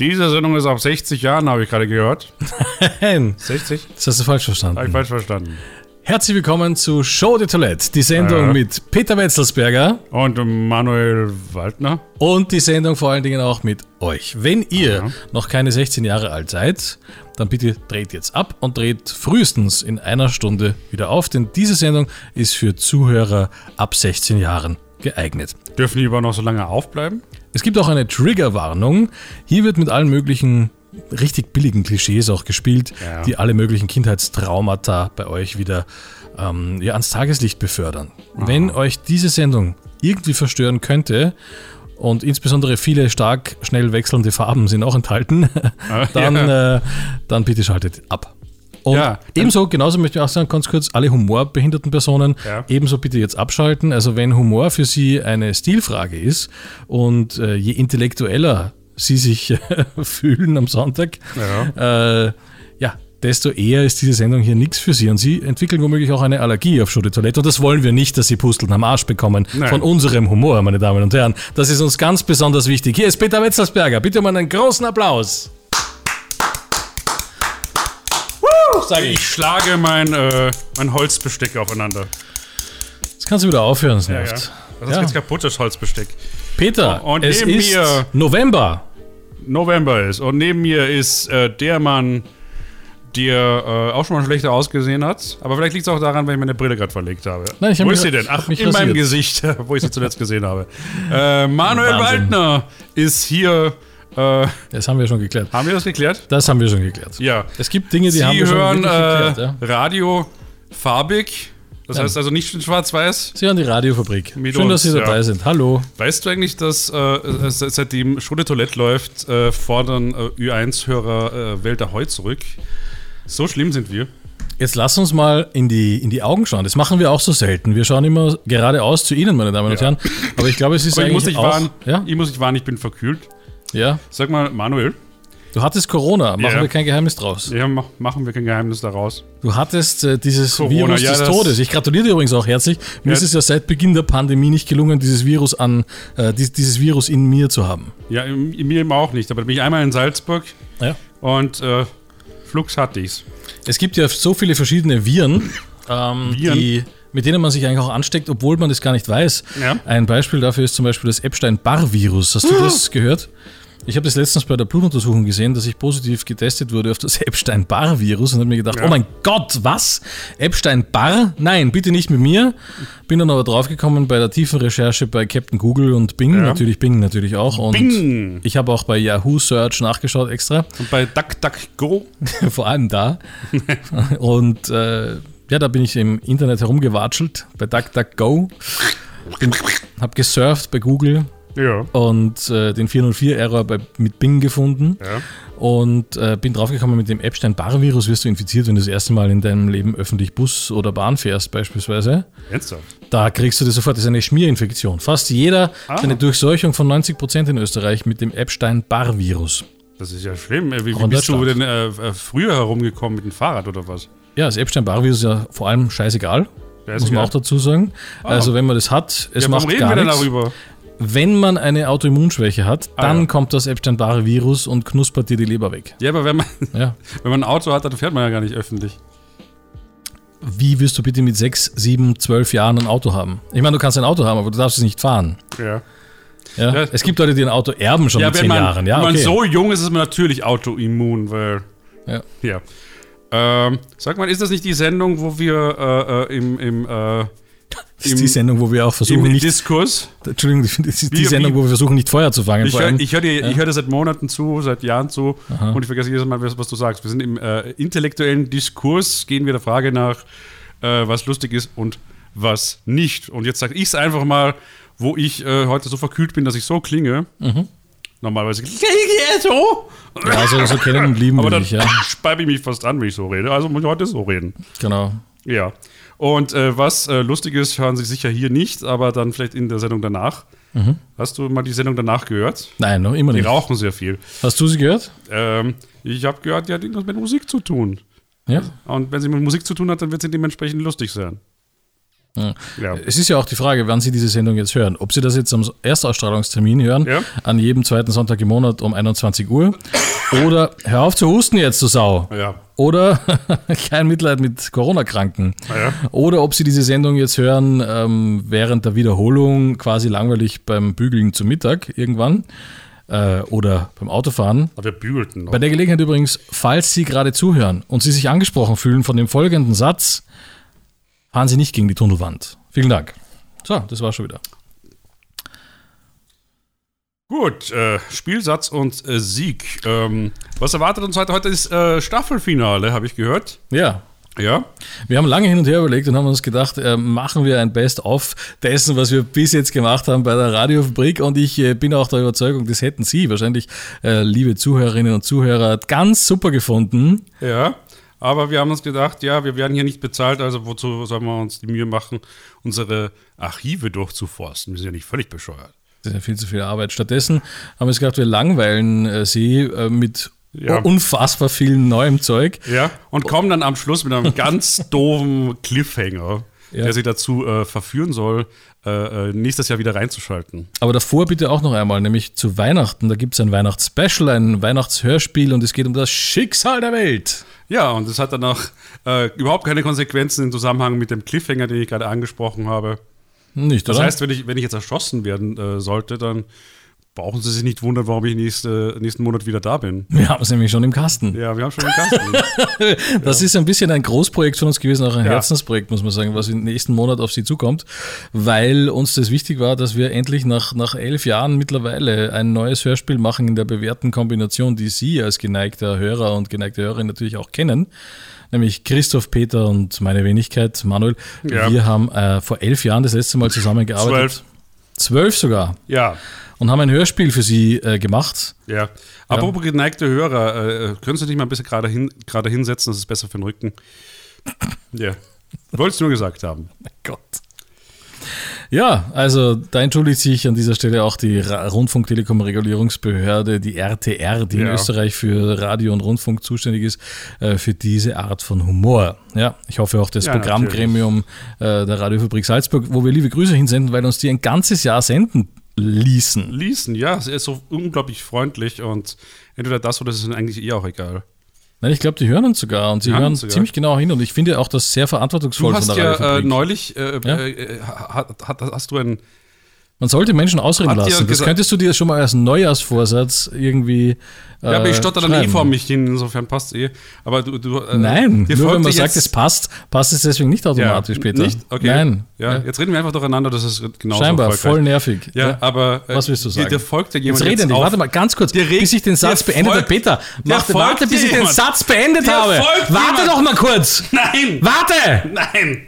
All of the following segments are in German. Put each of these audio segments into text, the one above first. Diese Sendung ist ab 60 Jahren, habe ich gerade gehört. Nein, 60? das hast du falsch verstanden. Habe ich falsch verstanden. Herzlich willkommen zu Show de Toilette, die Sendung Ja. mit Peter Wetzelsberger Und Manuel Waldner? und die Sendung vor allen Dingen auch mit euch. Wenn ihr Ja. noch keine 16 Jahre alt seid, dann bitte dreht jetzt ab und dreht frühestens in einer Stunde wieder auf, denn diese Sendung ist für Zuhörer ab 16 Jahren geeignet. Dürfen die überhaupt noch so lange aufbleiben? Es gibt auch eine Triggerwarnung. Hier wird mit allen möglichen richtig billigen Klischees auch gespielt, Ja. die alle möglichen Kindheitstraumata bei euch wieder ähm, ja, ans Tageslicht befördern. Wenn euch diese Sendung irgendwie verstören könnte, und insbesondere viele stark schnell wechselnde Farben sind auch enthalten, Ah, dann, äh, dann bitte schaltet ab. Und Ja, dann- ebenso, genauso möchte ich auch sagen, ganz kurz, alle humorbehinderten Personen Ja. ebenso bitte jetzt abschalten. Also wenn Humor für Sie eine Stilfrage ist und äh, je intellektueller Sie sich fühlen am Sonntag, äh, ja, desto eher ist diese Sendung hier nichts für Sie. Und Sie entwickeln womöglich auch eine Allergie auf Schule Toilette. Und das wollen wir nicht, dass Sie Pusteln am Arsch bekommen Nein. von unserem Humor, meine Damen und Herren. Das ist uns ganz besonders wichtig. Hier ist Peter Wetzelsberger. Bitte um einen großen Applaus. Sag ich. Ich schlage mein, äh, mein Holzbesteck aufeinander. Jetzt kannst du wieder aufhören, es nervt. Das ist Ja. jetzt kaputt, das Holzbesteck. Peter, Und es neben ist mir- November. November ist. Und neben mir ist äh, der Mann, der äh, auch schon mal schlechter ausgesehen hat. Aber vielleicht liegt es auch daran, weil ich meine Brille gerade verlegt habe. Nein, ich hab Wo mich ist sie ra- denn? ich hab Ach, in mich meinem rasiert. Gesicht, wo ich sie zuletzt gesehen habe. Äh, Manuel Wahnsinn. Waldner ist hier. Äh, haben Das haben wir schon geklärt. wir das geklärt? Das haben wir schon geklärt. Ja. Es gibt Dinge, die Sie haben wir hören schon wirklich äh, geklärt. Ja. Radio farbig. Das heißt also nicht in schwarz-weiß. Sie hören die Radiofabrik. Schön, Mit dass uns, Sie dabei ja. sind. Hallo. Weißt du eigentlich, dass äh, es- seitdem Schule Toilette läuft, äh, fordern äh, Ü1-Hörer äh, Welt Ahoi zurück? So schlimm sind wir. Jetzt lass uns mal in die, in die Augen schauen. Das machen wir auch so selten. Wir schauen immer geradeaus zu Ihnen, meine Damen und Herren. Aber ich glaube, es ist Aber ich muss eigentlich dich auch, warnen, Ja? ich muss dich warnen, ich bin verkühlt. ja. Sag mal, Manuel, Du hattest Corona. Machen Ja. wir kein Geheimnis draus. ja, mach, machen wir kein Geheimnis daraus. Du hattest äh, dieses Corona, Virus ja, des das- Todes. Ich gratuliere dir übrigens auch herzlich. Mir Ja. ist es ja seit Beginn der Pandemie nicht gelungen, dieses Virus an, äh, dies, dieses Virus in mir zu haben. Ja, in, in mir eben auch nicht, aber da bin ich einmal in Salzburg Ja. und äh, Flux hatte ich's. Es gibt ja so viele verschiedene Viren, ähm, Viren? Die, mit denen man sich eigentlich auch ansteckt, obwohl man das gar nicht weiß. Ja. Ein Beispiel dafür ist zum Beispiel das Epstein-Barr-Virus. Hast du das gehört? Ich habe das letztens bei der Blutuntersuchung gesehen, dass ich positiv getestet wurde auf das Epstein-Barr-Virus und habe mir gedacht, Ja. oh mein Gott, was? Epstein-Barr? Nein, bitte nicht mit mir. Bin dann aber draufgekommen bei der tiefen Recherche bei Captain Google und Bing, natürlich Bing natürlich auch. Und Bing. ich habe auch bei Yahoo Search nachgeschaut extra Und bei DuckDuckGo, vor allem da. Und äh, ja, da bin ich im Internet herumgewatschelt bei DuckDuckGo. Bin- Hab gesurft bei Google ja, und äh, den 404-Error bei- mit Bing gefunden. ja, Und äh, bin draufgekommen, mit dem Epstein-Barr-Virus wirst du infiziert, wenn du das erste Mal in deinem Leben öffentlich Bus oder Bahn fährst, beispielsweise. ernsthaft. Da kriegst du das sofort. Das ist eine Schmierinfektion. Fast jeder hat eine Durchseuchung von 90% in Österreich mit dem Epstein-Barr-Virus. Das ist ja schlimm. Äh, Wie, wie Von bist du Deutschland. denn äh, äh, früher herumgekommen mit dem Fahrrad oder was? Ja, das Epstein-Barr-Virus ist ja vor allem scheißegal. Scheißegal. Muss man auch dazu sagen. Also, wenn man das hat, es Ah. Ja, macht warum reden gar wir denn nichts. darüber? Ah, Wenn man eine Autoimmunschwäche hat, dann ja. kommt das Epstein-Barr-Virus und knuspert dir die Leber weg. Ja, aber wenn man, Ja. wenn man ein Auto hat, dann fährt man ja gar nicht öffentlich. Wie wirst du bitte mit 6, 7, 12 Jahren ein Auto haben? Ich meine, du kannst ein Auto haben, aber du darfst es nicht fahren. Ja, Ja? Ja. Es gibt Leute, die ein Auto erben schon ja mit wenn 10 man, Jahren. Ja, wenn man okay. so jung ist, ist man natürlich autoimmun, weil. Ja. Ja. Ähm, sag mal, ist das nicht die Sendung, wo wir äh, äh, im, im, äh, das ist die Sendung, wo wir im auch versuchen, nicht. Diskurs. Entschuldigung, das ist die Wie- Sendung, wo wir versuchen, nicht Feuer zu fangen. Ich vor höre allem. ich hör dir, ich hör dir seit Monaten zu, seit Jahren zu und ich vergesse jedes Mal, was, was du sagst. Wir sind im äh, intellektuellen Diskurs, gehen wir der Frage nach, äh, was lustig ist und was nicht. Und jetzt sage ich es einfach mal, wo ich äh, heute so verkühlt bin, dass ich so klinge. Normalerweise klinge ich so. Mhm. ja, so, so kennen und lieben Aber wir dann dich, ja. speibe ich mich fast an, wenn ich so rede. Also muss ich heute so reden. Genau. Ja. Und äh, was äh, lustig ist, hören Sie sicher hier nicht, aber dann vielleicht in der Sendung danach. Mhm. Hast du mal die Sendung danach gehört? Nein, noch immer Die nicht. rauchen sehr viel. Hast du sie gehört? Ähm, ich habe gehört, die hat irgendwas mit Musik zu tun. Ja. Und wenn sie mit Musik zu tun hat, dann wird sie dementsprechend lustig sein. Ja. Es ist ja auch die Frage, wann Sie diese Sendung jetzt hören. Ob Sie das jetzt am Erstausstrahlungstermin hören, Ja. an jedem zweiten Sonntag im Monat um 21 Uhr. Oder hör auf zu husten jetzt, du Sau. Ja. Oder kein Mitleid mit Corona-Kranken. Ah, Ja. Oder ob Sie diese Sendung jetzt hören ähm, während der Wiederholung, quasi langweilig beim Bügeln zu Mittag irgendwann. Äh, oder beim Autofahren. Aber Ah, wir bügelten noch. Bei der Gelegenheit übrigens, falls Sie gerade zuhören und Sie sich angesprochen fühlen von dem folgenden Satz, fahren Sie nicht gegen die Tunnelwand. Vielen Dank. So, das war schon wieder. Gut, äh, Spielsatz und äh, Sieg. Ähm, was erwartet uns heute? Heute ist äh, Staffelfinale, habe ich gehört. Ja. Ja. Wir haben lange hin und her überlegt und haben uns gedacht, äh, machen wir ein Best-of dessen, was wir bis jetzt gemacht haben bei der Radiofabrik. Und ich äh, bin auch der Überzeugung, das hätten Sie wahrscheinlich, äh, liebe Zuhörerinnen und Zuhörer, ganz super gefunden. Ja. Aber wir haben uns gedacht, ja, wir werden hier nicht bezahlt, also wozu sollen wir uns die Mühe machen, unsere Archive durchzuforsten? Wir sind ja nicht völlig bescheuert. Das ist ja viel zu viel Arbeit. Stattdessen haben wir es gedacht, wir langweilen äh, Sie äh, mit Ja. unfassbar viel neuem Zeug. Ja. Und Oh. kommen dann am Schluss mit einem ganz doofen Cliffhanger, Ja. der sie dazu äh, verführen soll, äh, äh, nächstes Jahr wieder reinzuschalten. Aber davor bitte auch noch einmal, nämlich zu Weihnachten. Da gibt es ein Weihnachtsspecial, ein Weihnachtshörspiel und es geht um das Schicksal der Welt. Ja, und das hat dann auch äh, überhaupt keine Konsequenzen im Zusammenhang mit dem Cliffhanger, den ich gerade angesprochen habe. Nicht, Das oder? heißt, wenn ich, wenn ich jetzt erschossen werden äh, sollte, dann brauchen Sie sich nicht wundern, warum ich nächste, nächsten Monat wieder da bin. wir haben es nämlich schon im Kasten. Ja, wir haben schon den Kasten. Das ist ein bisschen ein Großprojekt von uns gewesen, auch ein Ja. Herzensprojekt, muss man sagen, was im nächsten Monat auf Sie zukommt, weil uns das wichtig war, dass wir endlich nach, nach elf Jahren mittlerweile ein neues Hörspiel machen in der bewährten Kombination, die Sie als geneigter Hörer und geneigte Hörerin natürlich auch kennen, nämlich Christoph, Peter und meine Wenigkeit, Manuel. Ja. Wir haben äh, vor elf Jahren das letzte Mal zusammengearbeitet. Zwölf. Zwölf sogar. ja, Und haben ein Hörspiel für Sie äh, gemacht. ja. Apropos geneigte Hörer, äh, können Sie dich mal ein bisschen gerade hin, gerade hinsetzen? Das ist besser für den Rücken. Ja. Wolltest du nur gesagt haben. Gott. Ja, also da entschuldigt sich an dieser Stelle auch die Ra- Rundfunktelekom-Regulierungsbehörde, die RTR, die in Ja. Österreich für Radio und Rundfunk zuständig ist, äh, für diese Art von Humor. Ja, ich hoffe auch das Ja, Programmgremium äh, der Radiofabrik Salzburg, wo wir liebe Grüße hinsenden, weil uns die ein ganzes Jahr senden ließen. Liesen, ja, er ist so unglaublich freundlich und entweder das oder das ist ihnen eigentlich eh auch egal. Nein, ich glaube, die hören uns sogar und sie Die hören hören uns sogar. ziemlich genau hin und ich finde auch das sehr verantwortungsvoll Du hast von der ja äh, Radiofabrik. neulich, äh, Ja? Äh, äh, hat, hat, hast du ein, Man sollte Menschen ausreden Hat ihr lassen. Das gesagt- könntest du dir schon mal als Neujahrsvorsatz irgendwie. Ja, aber ich äh, stotter dann eh schreiben. vor mich hin, insofern passt eh. Aber du, du äh, Nein, dir nur folgt wenn man jetzt- sagt, es passt, passt es deswegen nicht automatisch ja, Peter. Nicht? Okay. Nein. Ja, Ja. jetzt reden wir einfach durcheinander, das ist genauso Scheinbar, erfolgreich. voll nervig. Ja, aber äh, Was willst du sagen? Dir, dir folgt ja jemand Jetzt rede jetzt nicht. auf. Warte mal, ganz kurz, Dir reg- bis ich den Satz dir beendet habe. folgt- Peter, dir warte, folgt warte, bis ich den jemand. Satz beendet Dir habe. folgt Warte jemand. doch mal kurz. Nein! Warte! Nein!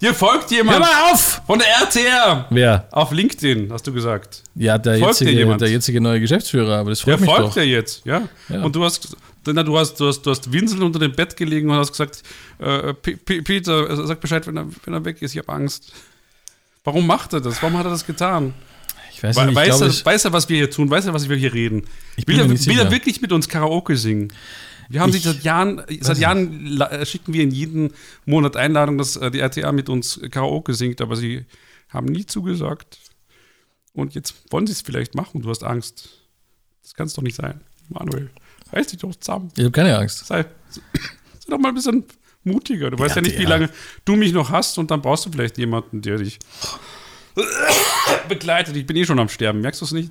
Dir folgt Hör jemand mal auf! von der RTR! Wer? Auf LinkedIn, hast du gesagt. Ja, der Folgt dir jetzige, jemand? der jetzige neue Geschäftsführer, aber das freut Der mich folgt doch. dir jetzt, ja? Und du hast, na, du hast, du hast, du hast winselnd unter dem Bett gelegen und hast gesagt, äh, P P Peter, äh, sag Bescheid, wenn er, wenn er weg ist, ich habe Angst. Warum macht er das? Warum hat er das getan? Ich weiß We- nicht, ich weiß, glaube, er, ich- weiß er, was wir hier tun? Weiß er, was wir hier reden? Ich will bin er, mir nicht will er sicher. wirklich mit uns Karaoke singen? Wir haben sich Ich- seit Jahren, seit Jahren la- äh, schicken wir in jeden Monat Einladung, dass äh, die RTA mit uns Karaoke singt, aber sie haben nie zugesagt. Und jetzt wollen sie es vielleicht machen. Du hast Angst. Das kann es doch nicht sein. Manuel, reiß dich doch zusammen. ich habe keine Angst. Sei, sei doch mal ein bisschen mutiger. Du weißt ja nicht, wie RTA. lange du mich noch hast und dann brauchst du vielleicht jemanden, der dich begleitet. Ich bin eh schon am Sterben. Merkst du es nicht?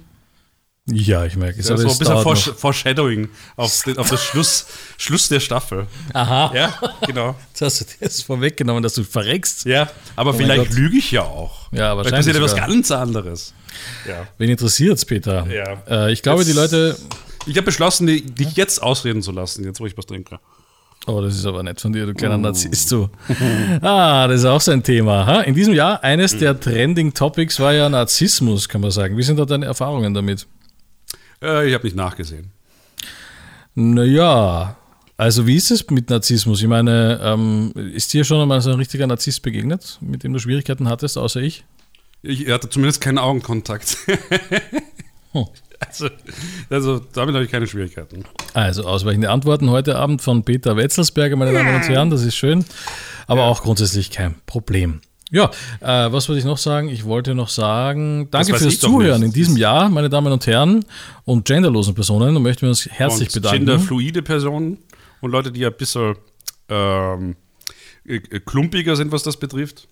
Ja, ich merke es. Das ist aber so es ein bisschen dauert noch. Foresh Foreshadowing auf, den, auf das Schluss, Schluss der Staffel. Aha. Ja, genau. Jetzt hast du dir das vorweggenommen, dass du verreckst. Ja, aber Oh mein vielleicht Gott. lüge ich ja auch. Ja, Vielleicht wahrscheinlich passiert ja was sogar. ganz anderes. Ja. Wen interessiert's, Peter? Ja. Äh, ich glaube, die Leute. Ich habe beschlossen, die- dich jetzt ausreden zu lassen, jetzt wo ich was trinke. Oh, das ist aber nett von dir, du Oh. kleiner Narzisst, du. Ah, das ist auch so ein Thema. Ha? In diesem Jahr, eines der Trending Topics war ja Narzissmus, kann man sagen. Wie sind da deine Erfahrungen damit? Äh, ich habe nicht nachgesehen. Naja, also wie ist es mit Narzissmus? Ich meine, ähm, ist dir schon einmal so ein richtiger Narzisst begegnet, mit dem du Schwierigkeiten hattest, außer ich? Ich hatte zumindest keinen Augenkontakt. Hm. also, also damit habe ich keine Schwierigkeiten. Also ausweichende Antworten heute Abend von Peter Wetzelsberger, meine Damen und Herren, das ist schön, aber auch grundsätzlich kein Problem. Ja, äh, was wollte ich noch sagen? Ich wollte noch sagen, danke fürs Zuhören in diesem Jahr, meine Damen und Herren, und genderlosen Personen und möchten wir uns herzlich und bedanken. Genderfluide Personen und Leute, die ein bisschen ähm, äh, klumpiger sind, was das betrifft.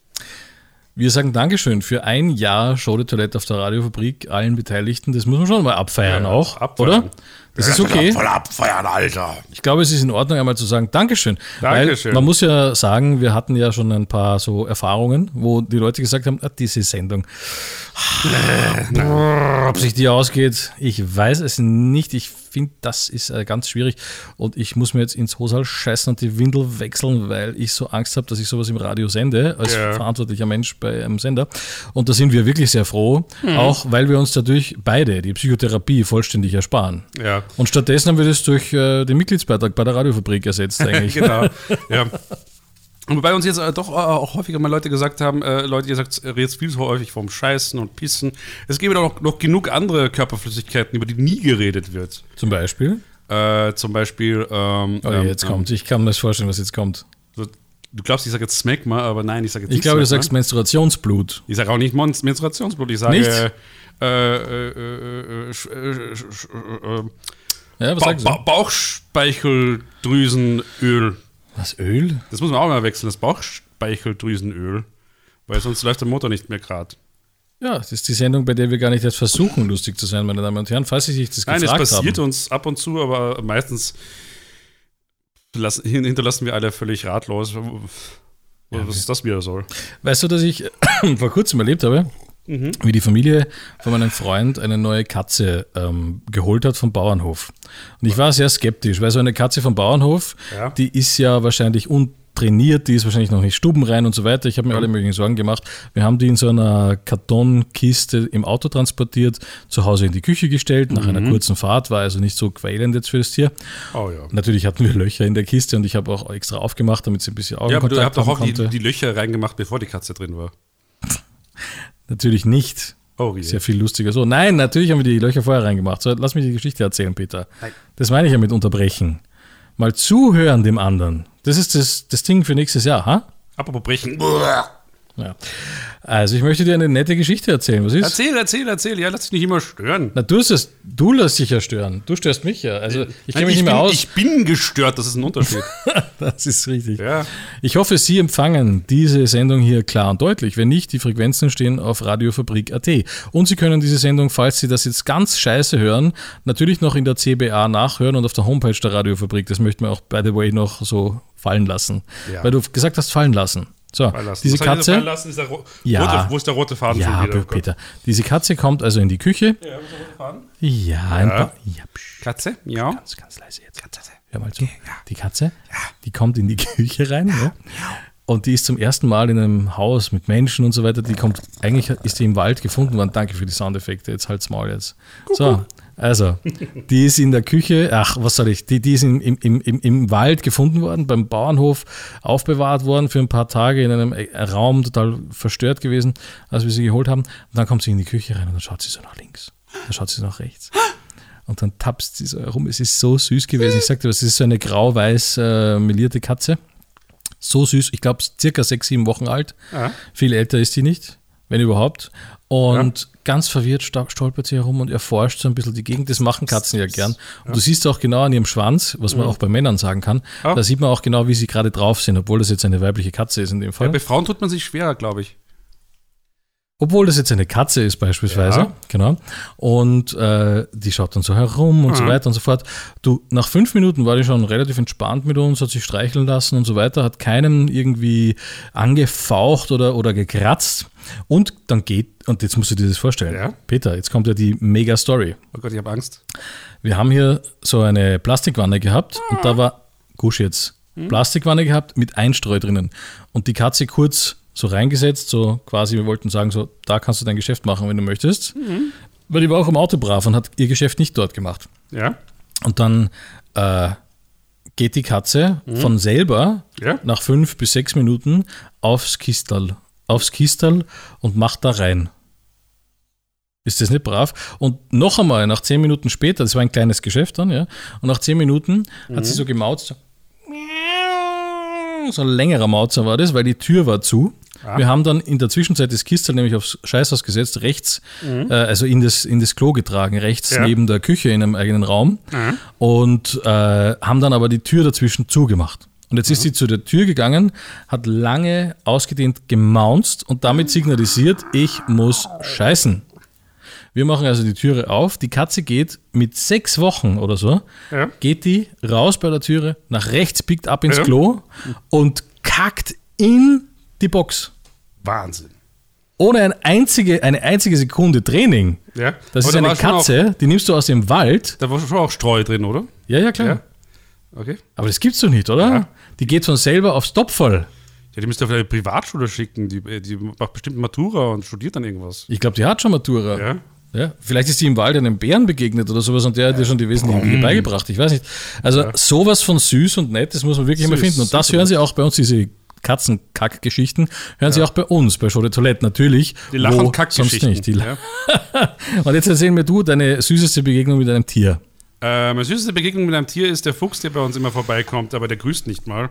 Wir sagen Dankeschön für ein Jahr Show de Toilette auf der Radiofabrik, allen Beteiligten. Das muss man schon mal abfeiern Ja, auch, abfeiern. oder? Das ist okay. Voll abfeiern, Alter. Ich glaube, es ist in Ordnung, einmal zu sagen Dankeschön. Dankeschön. Weil man muss ja sagen, wir hatten ja schon ein paar so Erfahrungen, wo die Leute gesagt haben, ah, diese Sendung, Äh, ob sich die ausgeht, ich weiß es nicht. Ich finde, das ist äh, ganz schwierig und ich muss mir jetzt ins Hosal scheißen und die Windel wechseln, weil ich so Angst habe, dass ich sowas im Radio sende, als Ja. verantwortlicher Mensch bei einem Sender. Und da sind wir wirklich sehr froh, Hm. auch weil wir uns dadurch beide die Psychotherapie vollständig ersparen. Ja. Und stattdessen haben wir das durch äh, den Mitgliedsbeitrag bei der Radiofabrik ersetzt eigentlich. genau. ja. Und wobei uns jetzt äh, doch äh, auch häufiger mal Leute gesagt haben, äh, Leute, ihr sagt äh, redet viel zu häufig vom Scheißen und Pissen. Es gäbe doch noch, noch genug andere Körperflüssigkeiten, über die nie geredet wird. Zum Beispiel. Äh, zum Beispiel. Ähm, Genau. Oh, ähm, jetzt kommt. Ich kann mir das vorstellen, was jetzt kommt. Ähm, so, du glaubst, ich sage jetzt Smegma, aber nein, ich sage jetzt Ich nicht glaube, du ne? Smegma. sagst Menstruationsblut. Ich sage auch nicht Monst Menstruationsblut, ich sage. Nicht? Äh, äh, äh, äh, sch- äh, sch- sch- äh, Ja, was ba sagst du? ba Bauchspeicheldrüsenöl. Was, Öl? Das muss man auch mal wechseln, das Bauchspeicheldrüsenöl. Weil sonst läuft der Motor nicht mehr gerade. Ja, das ist die Sendung, bei der wir gar nicht erst versuchen, lustig zu sein, meine Damen und Herren. Falls Sie sich das Nein, es gefragt passiert haben. uns ab und zu, aber meistens lassen, hin- hinterlassen wir alle völlig ratlos. Was ist das wieder soll? Weißt du, dass ich vor kurzem erlebt habe, Mhm. wie die Familie von meinem Freund eine neue Katze ähm, geholt hat vom Bauernhof. Und ich war sehr skeptisch, weil so eine Katze vom Bauernhof, Ja. die ist ja wahrscheinlich untrainiert, die ist wahrscheinlich noch nicht stubenrein und so weiter. Ich habe Mhm. mir alle möglichen Sorgen gemacht. Wir haben die in so einer Kartonkiste im Auto transportiert, zu Hause in die Küche gestellt, nach Mhm. einer kurzen Fahrt, war also nicht so quälend jetzt für das Tier. Oh ja. Natürlich hatten wir Löcher in der Kiste und ich habe auch extra aufgemacht, damit sie ein bisschen Ja, aber Augenkontakt du habt doch haben auch die, konnte. die Löcher reingemacht, bevor die Katze drin war. Natürlich nicht. Oh, je. Ist ja viel lustiger. So, nein, natürlich haben wir die Löcher vorher reingemacht. So, lass mich die Geschichte erzählen, Peter. Das meine ich ja mit unterbrechen. Mal zuhören dem anderen. Das ist das, das Ding für nächstes Jahr, ha? Apropos brechen. Ja. Also, ich möchte dir eine nette Geschichte erzählen. Was ist? Erzähl, erzähl, erzähl. Ja, lass dich nicht immer stören. Na, du, störst- du lässt dich ja stören. Du störst mich ja. Also, ich Nein, kenne mich nicht mehr bin, aus. Ich bin gestört, das ist ein Unterschied. das ist richtig. ja. Ich hoffe, Sie empfangen diese Sendung hier klar und deutlich. Wenn nicht, die Frequenzen stehen auf radiofabrik.at. Und Sie können diese Sendung, falls Sie das jetzt ganz scheiße hören, natürlich noch in der CBA nachhören und auf der Homepage der Radiofabrik. Das möchten wir auch, by the way, noch so fallen lassen. Ja. Weil du gesagt hast, fallen lassen. So, Fallen lassen. diese Was hab ich Katze. da fallen lassen? Ist der ro Ja. rote, wo ist der rote Faden ja, schon wieder? Oh Gott. Peter. Diese Katze kommt also in die Ja, wo Küche. ist der rote Faden? Ja, ein paar. Ja, psch, Katze? Ja. ganz, ganz leise jetzt. Katze. Hör mal zu. Die Katze, die kommt in die Küche rein. Ja. Und die ist zum ersten Mal in einem Haus mit Menschen und so weiter. Die kommt, eigentlich ist die im Wald gefunden worden. Danke für die Soundeffekte. Jetzt halt's Maul jetzt. So, also, die ist in der Küche, ach, was soll ich, die, die ist im, im, im, im- im Wald gefunden worden, beim Bauernhof aufbewahrt worden für ein paar Tage in einem äh, Raum, total verstört gewesen, als wir sie geholt haben. Und dann kommt sie in die Küche rein und dann schaut sie so nach links. Dann schaut sie so nach rechts. Und dann tapst sie so herum. Es ist so süß gewesen. Ich sagte, es ist so eine grau-weiß äh, melierte Katze. So süß. Ich glaube, circa sechs, sieben Wochen alt. Ja. Viel älter ist die nicht, wenn überhaupt. Und ganz verwirrt sta- stolpert sie herum und erforscht so ein bisschen die Gegend. Das machen Katzen ja Mhm. gern. Und du siehst auch genau an ihrem Schwanz, was man auch bei Männern sagen kann, Ja. da sieht man auch genau, wie sie gerade drauf sind, obwohl das jetzt eine weibliche Katze ist in dem Fall. Bei Frauen tut man sich schwerer, glaube ich. Obwohl das jetzt eine Katze ist beispielsweise, Ja. genau. Und äh, die schaut dann so herum und so Mhm. weiter und so fort. Du, nach fünf Minuten war die schon relativ entspannt mit uns, hat sich streicheln lassen und so weiter, hat keinen irgendwie angefaucht oder, oder gekratzt. Und dann geht, und jetzt musst du dir das vorstellen, Ja. Peter, jetzt kommt ja die Mega-Story. Oh Gott, ich habe Angst. Wir haben hier so eine Plastikwanne gehabt und da war, gusch jetzt, Plastikwanne gehabt mit Einstreu drinnen. Und die Katze kurz so reingesetzt, so quasi, wir wollten sagen, so, da kannst du dein Geschäft machen, wenn du möchtest. Weil die war auch im Auto brav und hat ihr Geschäft nicht dort gemacht. Ja. Und dann äh, geht die Katze von selber Ja. nach fünf bis sechs Minuten aufs Kistal, aufs Kistal und macht da rein. Ist das nicht brav? Und noch einmal, nach zehn Minuten später, das war ein kleines Geschäft dann, ja, und nach zehn Minuten hat sie so gemauzt, so, so ein längerer Mauzer war das, weil die Tür war zu. Ah. Wir haben dann in der Zwischenzeit das Kistel nämlich aufs Scheißhaus gesetzt, rechts, mhm. äh, also in das, in das Klo getragen, rechts ja. neben der Küche in einem eigenen Raum mhm. und äh, haben dann aber die Tür dazwischen zugemacht. Und jetzt mhm. ist sie zu der Tür gegangen, hat lange ausgedehnt gemaunzt und damit signalisiert, ich muss scheißen. Wir machen also die Türe auf. Die Katze geht mit sechs Wochen oder so, ja. geht die raus bei der Türe, nach rechts biegt ab ins ja. Klo und kackt in die Box. Wahnsinn. Ohne ein einzige, eine einzige Sekunde Training. Ja. Das Aber ist da eine Katze, auch, die nimmst du aus dem Wald. Da war schon auch Streu drin, oder? Ja, ja, klar. Ja. Okay. Aber das gibt's doch nicht, oder? Die geht von selber aufs Topfall. Ja, die müsste auf eine Privatschule schicken. Die, die macht bestimmt Matura und studiert dann irgendwas. Ich glaube, die hat schon Matura. Ja. Ja, vielleicht ist sie im Wald einem Bären begegnet oder sowas und der hat dir schon die wesentlichen Mhm. Dinge beigebracht. Ich weiß nicht. Also ja. sowas von süß und nett, das muss man wirklich süß, immer finden. Und das hören Sie auch bei uns, diese Katzenkack-Geschichten, hören ja. Sie auch bei uns, bei Show de Toilette natürlich. Die Lach- und Kack-Geschichten. Sonst nicht. Ja. und jetzt erzähl mir du deine süßeste Begegnung mit einem Tier. Äh, meine süßeste Begegnung mit einem Tier ist der Fuchs, der bei uns immer vorbeikommt, aber der grüßt nicht mal.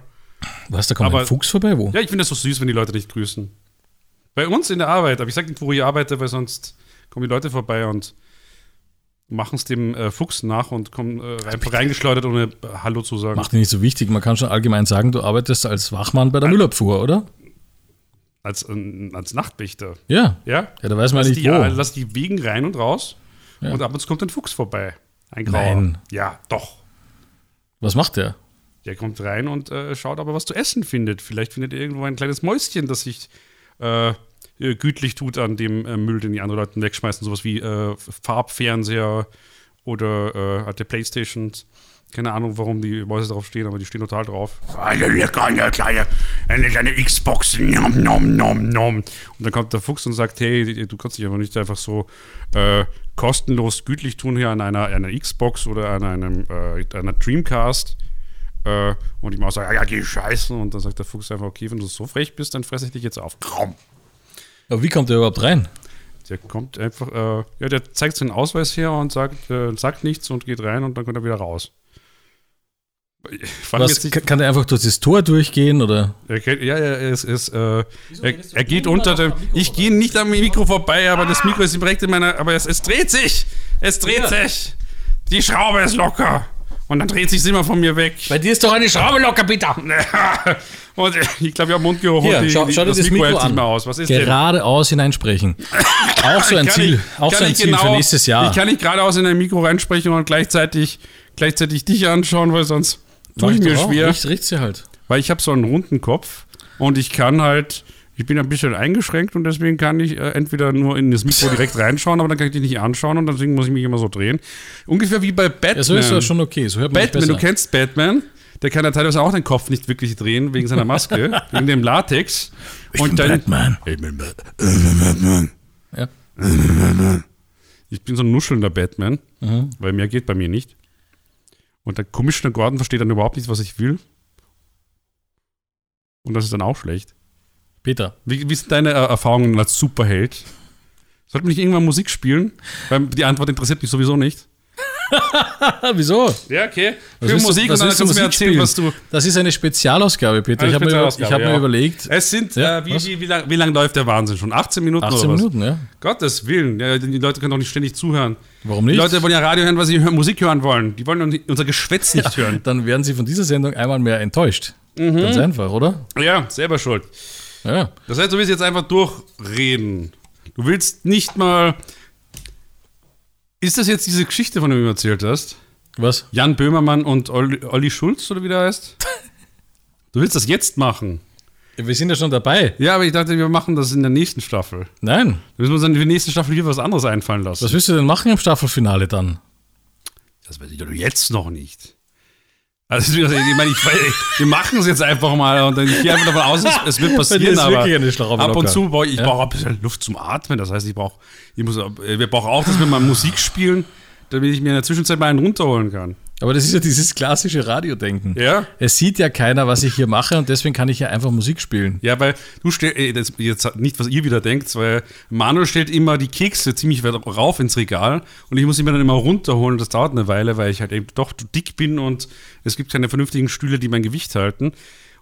Was, da kommt aber, ein Fuchs vorbei? Wo? Ja, ich finde das so süß, wenn die Leute nicht grüßen. Bei uns in der Arbeit, aber ich sage nicht, wo ich arbeite, weil sonst kommen die Leute vorbei und machen es dem äh, Fuchs nach und kommen äh, rein, reingeschleudert, ohne Hallo zu sagen. Macht nicht so wichtig. Man kann schon allgemein sagen, du arbeitest als Wachmann bei der Müllabfuhr, oder? Als, äh, als Nachtwächter. Ja. ja. Ja, da weiß man lass nicht, die, wo. Lass die Wegen rein und raus ja. und ab und zu kommt ein Fuchs vorbei. Ein Grauer. Nein. Ja, doch. Was macht der? Der kommt rein und äh, schaut, ob er was zu essen findet. Vielleicht findet er irgendwo ein kleines Mäuschen, das sich äh, gütlich tut an dem äh, Müll, den die anderen Leute wegschmeißen, sowas wie äh, Farbfernseher oder äh, alte Playstations. Keine Ahnung, warum die Mäuse drauf stehen, aber die stehen total drauf. Eine kleine, kleine, eine kleine Xbox. Nom, nom, nom, nom. Und dann kommt der Fuchs und sagt, hey, du kannst dich aber nicht einfach so äh, kostenlos gütlich tun hier an einer, einer Xbox oder an einem äh, einer Dreamcast. Äh, und die Maus sagt, ja, die Scheiße. Und dann sagt der Fuchs einfach, okay, wenn du so frech bist, dann fresse ich dich jetzt auf. Komm. Aber wie kommt der überhaupt rein? Der kommt einfach, äh, ja, der zeigt seinen Ausweis her und sagt, äh, sagt nichts und geht rein und dann kommt er wieder raus. Was, nicht, kann er einfach durch das Tor durchgehen oder? Er, ja, er, ist, ist, äh, er, er geht unter dem. Ich gehe nicht am Mikro vorbei, aber das Mikro ist direkt in meiner. Aber es, es dreht sich! Es dreht ja. sich! Die Schraube ist locker! Und dann dreht sich immer von mir weg. Bei dir ist doch eine Schraube locker, Peter. und ich glaube, ich habe Mundgeruch. Hier, die, schau, die, schau dir das, das Mikro, Mikro an. Nicht mehr aus. Was ist geradeaus hineinsprechen. Auch so ein Ziel, ich, auch so ein Ziel genau, für nächstes Jahr. Ich kann nicht geradeaus in ein Mikro reinsprechen und gleichzeitig, gleichzeitig dich anschauen, weil sonst tue ich, ich mir schwer. Ich richte sie halt. Weil ich habe so einen runden Kopf und ich kann halt, ich bin ein bisschen eingeschränkt und deswegen kann ich äh, entweder nur in das Mikro direkt reinschauen, aber dann kann ich dich nicht anschauen und deswegen muss ich mich immer so drehen. Ungefähr wie bei Batman. Ja, so ist das schon okay. So hört man Batman, du kennst Batman. Der kann ja teilweise auch den Kopf nicht wirklich drehen wegen seiner Maske, wegen dem Latex. Ich und bin dann, Batman. Ich bin äh. Batman. Ja. Batman. Ich bin so ein nuschelnder Batman, mhm. weil mehr geht bei mir nicht. Und der Commissioner Gordon versteht dann überhaupt nicht, was ich will. Und das ist dann auch schlecht. Peter. Wie, wie, sind deine äh, Erfahrungen als Superheld? Sollten wir nicht irgendwann Musik spielen? Weil die Antwort interessiert mich sowieso nicht. Ah, Wieso? Ja, okay. Was Für Musik du, und dann kannst du mir erzählen, spielen? was du. Das ist eine Spezialausgabe, Peter. Also Ah, Eine ich habe mir, über, hab ja. mir, überlegt. Es sind, ja, äh, wie, wie, wie lange lang läuft der Wahnsinn schon? 18 Minuten 18 oder was? Minuten, ja. Gottes Willen. Ja, die Leute können doch nicht ständig zuhören. Warum nicht? Die Leute wollen ja Radio hören, weil sie hören, Musik hören wollen. Die wollen unser Geschwätz nicht hören. Dann werden sie von dieser Sendung einmal mehr enttäuscht. Mhm. Ganz einfach, oder? Ja, selber schuld. Ja. Das heißt, du willst jetzt einfach durchreden. Du willst nicht mal. Ist das jetzt diese Geschichte, von der du erzählt hast? Was? Jan Böhmermann und Olli, Olli Schulz oder wie der heißt? du willst das jetzt machen. Ja, wir sind ja schon dabei. Ja, aber ich dachte, wir machen das in der nächsten Staffel. Nein. Dann müssen wir uns in der nächsten Staffel hier was anderes einfallen lassen. Was willst du denn machen im Staffelfinale dann? Das weiß ich doch jetzt noch nicht. Also ich meine, ich, wir machen es jetzt einfach mal und ich gehe einfach davon aus, es, wird passieren, aber ab und zu brauche ich, ich brauche ein bisschen Luft zum Atmen. Das heißt, ich brauche, ich muss, wir brauchen auch, dass wir mal Musik spielen, damit ich mir in der Zwischenzeit mal einen runterholen kann. Aber das ist ja dieses klassische Radiodenken. Ja. Es sieht ja keiner, was ich hier mache und deswegen kann ich ja einfach Musik spielen. Ja, weil du stellst jetzt nicht, was ihr wieder denkt, weil Manuel stellt immer die Kekse ziemlich weit rauf ins Regal und ich muss sie mir dann immer runterholen. Das dauert eine Weile, weil ich halt eben doch dick bin und es gibt keine vernünftigen Stühle, die mein Gewicht halten.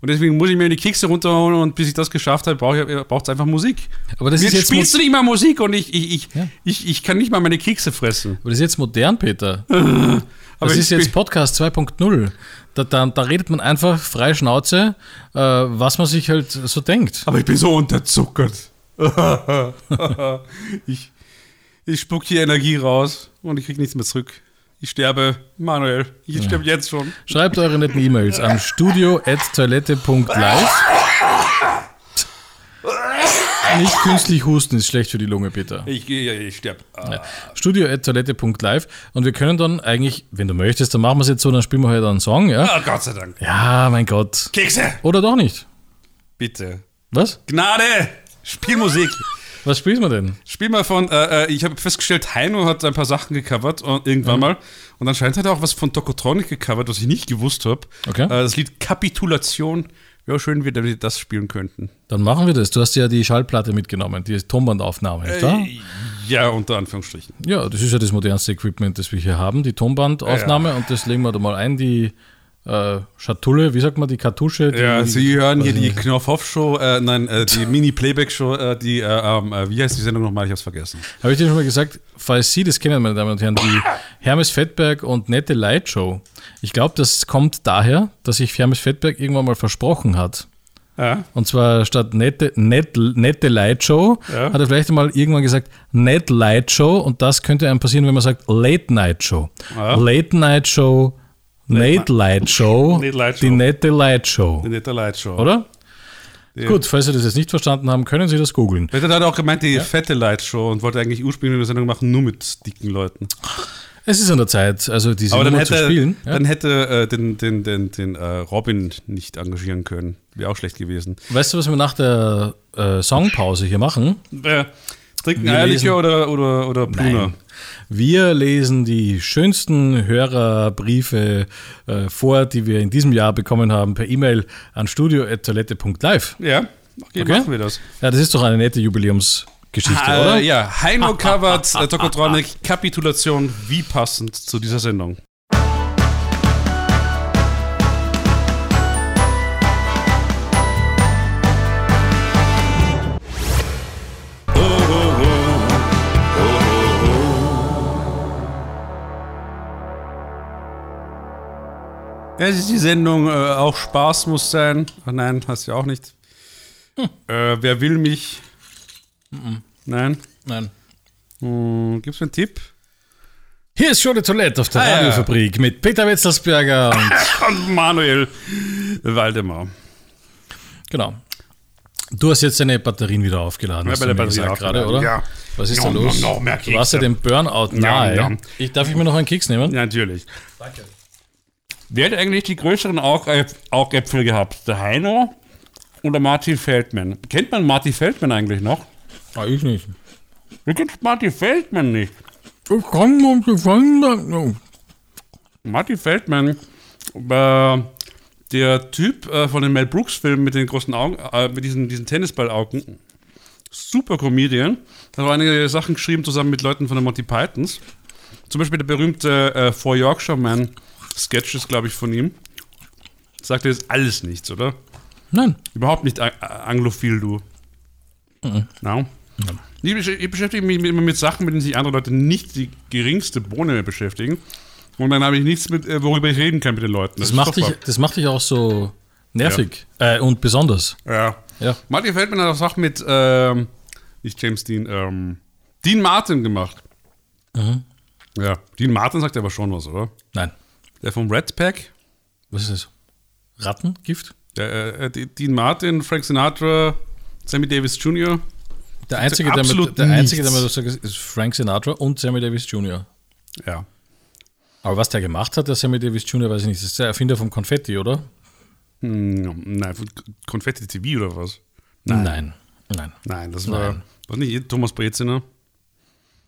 Und deswegen muss ich mir die Kekse runterholen und bis ich das geschafft habe, braucht es einfach Musik. Aber das Mir ist jetzt spielst du nicht mal Musik und ich, ich, ich, Ja. ich, ich kann nicht mal meine Kekse fressen. Aber das ist jetzt modern, Peter. Aber das ich ist jetzt bin- Podcast 2.0. Da, da, da redet man einfach frei Schnauze, äh, was man sich halt so denkt. Aber ich bin so unterzuckert. ich, ich spuck hier Energie raus und ich krieg nichts mehr zurück. Ich sterbe, Manuel. Ich sterbe jetzt schon. Schreibt eure netten E-Mails am studio.toilette.live. Nicht künstlich husten, ist schlecht für die Lunge, Peter. Ich, ich, ich sterbe. Ah. Studio.toilette.live. Und wir können dann eigentlich, wenn du möchtest, dann machen wir es jetzt so, dann spielen wir heute einen Song, ja? Ah, Gott sei Dank. Ja, mein Gott. Kekse, Oder doch nicht. bitte. Was? Gnade! Spielmusik. Was spielen wir denn? Spiel mal von, äh, äh, ich habe festgestellt, Heino hat ein paar Sachen gecovert und, irgendwann mal. Und anscheinend hat er auch was von Tokotronic gecovert, was ich nicht gewusst habe. Okay. Äh, das Lied Kapitulation. Ja, schön, wenn wir das spielen könnten. Dann machen wir das. Du hast ja die Schallplatte mitgenommen, die Tonbandaufnahme, nicht wahr? Äh, ja, unter Anführungsstrichen. Ja, das ist ja das modernste Equipment, das wir hier haben, die Tonbandaufnahme und das legen wir da mal ein, die äh, Schatulle, wie sagt man, die Kartusche, die, Ja, Sie hören hier die Knopf-Hoff-Show, äh, nein, äh, die Mini-Playback-Show, äh, die, äh, ähm, äh, wie heißt die Sendung nochmal? Ich hab's vergessen. habe ich dir schon mal gesagt, falls Sie das kennen, meine Damen und Herren, die Hermes Fettberg und Nette Light Show. Ich glaube, das kommt daher, dass sich Hermes Fettberg irgendwann mal versprochen hat. Ja. Und zwar statt Nette, Net, Nette Light Show Ja. hat er vielleicht einmal irgendwann gesagt, Net Light Show und das könnte einem passieren, wenn man sagt Late Night Show. Ja. Late Night Show, Nate Light Show, Nate Light die Show. Nette Light Show. Die nette Light-Show. Oder? Gut, falls Sie das jetzt nicht verstanden haben, können Sie das googeln. Peter hat auch gemeint, die fette Light-Show und wollte eigentlich ursprünglich eine Sendung machen, nur mit dicken Leuten. Es ist an der Zeit, also diese Aber dann Nummer hätte, zu spielen. Ja. dann hätte äh, den, den, den, den äh, Robin nicht engagieren können. Wäre auch schlecht gewesen. Weißt du, was wir nach der äh, Songpause hier machen? Äh, trinken Wir lesen- Eierlikör oder, oder, oder Bruna? Wir lesen die schönsten Hörerbriefe äh, vor, die wir in diesem Jahr bekommen haben, per E-Mail an studio.toilette.live. Ja, okay, Okay. machen wir das. Ja, das ist doch eine nette Jubiläumsgeschichte, Äh, oder? Ja, Heino covert äh, Tokotronic Kapitulation, wie passend zu dieser Sendung. Ja, es ist die Sendung äh, Auch Spaß muss sein. Ach nein, hast du ja auch nicht. Äh, wer will mich? Nein. Nein. Hm, gibt's mir einen Tipp? Hier ist schon die Toilette auf der Ah, ja. Radiofabrik mit Peter Wetzelsberger und Und Manuel Waldemar. Genau. Du hast jetzt deine Batterien wieder aufgeladen. Ja, hast bei der du mir Batterie gesagt gerade, oder? aufgeladen, ja. Was ist da Nom, nom, los? nom, mehr du warst Kekse. ja dem Burnout nahe. nom. Ich darf ich mir noch einen Keks nehmen? Ja, natürlich. Danke. Wer hat eigentlich die größeren Augäp- Augäpfel gehabt? Der Heino oder Martin Feldman? Kennt man Martin Feldman eigentlich noch? Ah, ich nicht. Wie kennt Martin Feldman nicht? Ich kann noch gefangen Martin Feldman, äh, der Typ äh, von den Mel Brooks-Filmen mit den großen Augen, äh, mit diesen, diesen Tennisballaugen, super Comedian. Da hat auch einige Sachen geschrieben zusammen mit Leuten von den Monty Pythons. Zum Beispiel der berühmte äh, Four Yorkshire Man Sketch ist, glaube ich, von ihm. Sagt dir jetzt alles nichts, oder? Nein. Überhaupt nicht a- a- anglophil, du. Mhm. Na? Ich, besch- ich beschäftige mich immer mit Sachen, mit denen sich andere Leute nicht die geringste Bohne mehr beschäftigen. Und dann habe ich nichts, mit, äh, worüber ich reden kann mit den Leuten. Das ist macht, dich, doch das macht dich auch so nervig äh, und besonders. wahr. Ja. Ja. Martin Feldman hat auch Sachen mit, ähm, nicht James Dean, ähm, Dean Martin gemacht. Mhm. Ja, Dean Martin sagt aber schon was, oder? Nein. Der vom Red Pack, Was ist das? Rattengift? der, äh, äh, Dean Martin, Frank Sinatra, Sammy Davis Jr. Der einzige, der, absolut mit, der, einzige, der nichts. mir das sagt, ist Frank Sinatra und Sammy Davis Jr. Ja. Aber was der gemacht hat, der Sammy Davis Jr., weiß ich nicht. Das ist der Erfinder vom Konfetti, oder? Hm, nein, von K- Konfetti TV oder was? Nein. Nein. Nein, das war. Was nicht? Thomas Breziner?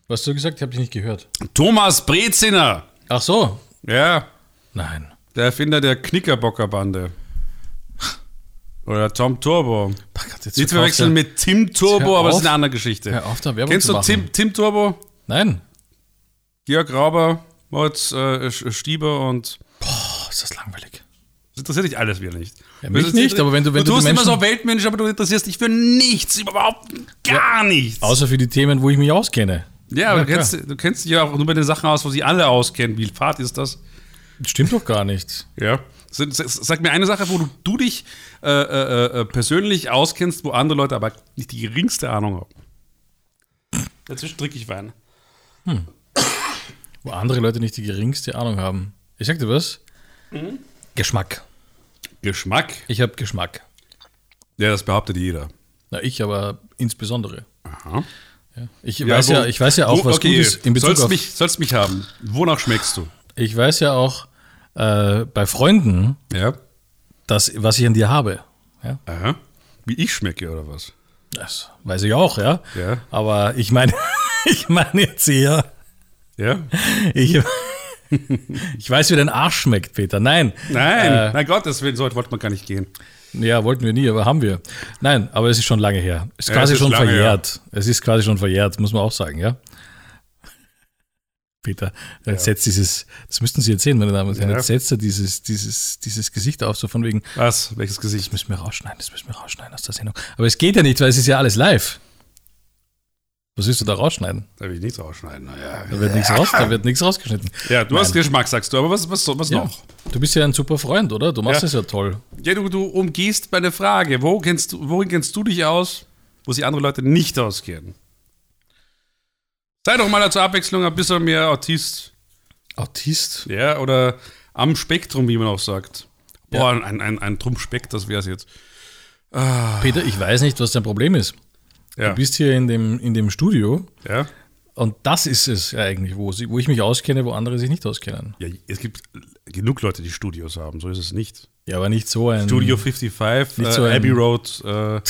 Was hast du gesagt? Ich habe dich nicht gehört. Thomas Breziner! Ach so. Ja, Nein. der Erfinder der Knickerbockerbande. Oder Tom Turbo. Ach Gott, jetzt Nicht verkaufst du- verwechseln mit Tim Jetzt hör Turbo, aber es auf. ist eine andere Geschichte. Hör auf, da Werbung Kennst zu du machen. Tim, Tim Turbo? Nein. Georg Rauber, Moritz äh, Sch- Stieber und Oh, ist das langweilig. Das interessiert dich alles wieder nicht. Ja, mich nicht, aber wenn du, wenn du, du tust die immer Menschen- so weltmännisch, aber du interessierst dich für nichts, überhaupt gar nichts. Außer für die Themen, wo ich mich auskenne. ja, aber Ja, du, kennst, du kennst dich ja auch nur bei den Sachen aus, wo sie alle auskennen. Wie fad ist das? Stimmt doch gar nicht. Ja. S- s- Sag mir eine Sache, wo du, du dich äh, äh, äh, persönlich auskennst, wo andere Leute aber nicht die geringste Ahnung haben. Dazwischen trinke ich Wein. Wo andere Leute nicht die geringste Ahnung haben. Ich sag dir was? Mhm. Geschmack. Geschmack? Ich habe Geschmack. Ja, das behauptet jeder. Na, ich aber insbesondere. Aha. Ich, weiß, ja, ich weiß ja auch, was gut ist in Bezug sollst auf, Mich, sollst mich haben. Wonach schmeckst du? Ich weiß ja auch äh, bei Freunden, Ja. das, was ich an dir habe. Ja, Aha. Wie ich schmecke oder was? das weiß ich auch, ja. Ja. Aber ich meine, ich meine jetzt eher, Ja? ich, ich weiß, wie dein Arsch schmeckt, Peter. Nein. Äh, Nein, mein Gott, deswegen so weit wollte man gar nicht gehen. Ja, wollten wir nie, aber haben wir. Nein, aber es ist schon lange her. Ist Ja, quasi es ist schon lange verjährt. Es ist quasi schon verjährt, muss man auch sagen, ja. Peter, jetzt setzt dieses, das müssten Sie jetzt sehen, meine Damen und Herren, Ja. jetzt setzt er dieses, dieses, dieses Gesicht auf, so von wegen, Was? Welches Gesicht? Das müssen wir rausschneiden, das müssen wir rausschneiden aus der Sendung. Aber es geht ja nicht, weil es ist ja alles live. Was willst du da rausschneiden? Da will ich nichts rausschneiden. Na Ja, Da wird nichts, raus, da wird nichts rausgeschnitten. ja du hast Geschmack, sagst du, aber was, was, was Ja. noch? Du bist ja ein super Freund, oder? Du machst Ja. es ja toll. Ja, du, du umgehst meine Frage. Wo kennst du, worin kennst du dich aus, wo sich andere Leute nicht auskennen? Sei doch mal zur Abwechslung ein bisschen mehr Autist. Autist? Ja, oder am Spektrum, wie man auch sagt. Boah, ein, ein, ein Trumpspeck, das wär's jetzt. Peter, ich weiß nicht, was dein Problem ist. Ja, Du bist hier in dem, in dem Studio ja. und das ist es ja eigentlich, wo, sie- wo ich mich auskenne, wo andere sich nicht auskennen. ja, es gibt genug Leute, die Studios haben, so ist es nicht. Ja, aber nicht so ein. Studio 55, Hm. Nicht äh, so ein- Abbey Road, äh,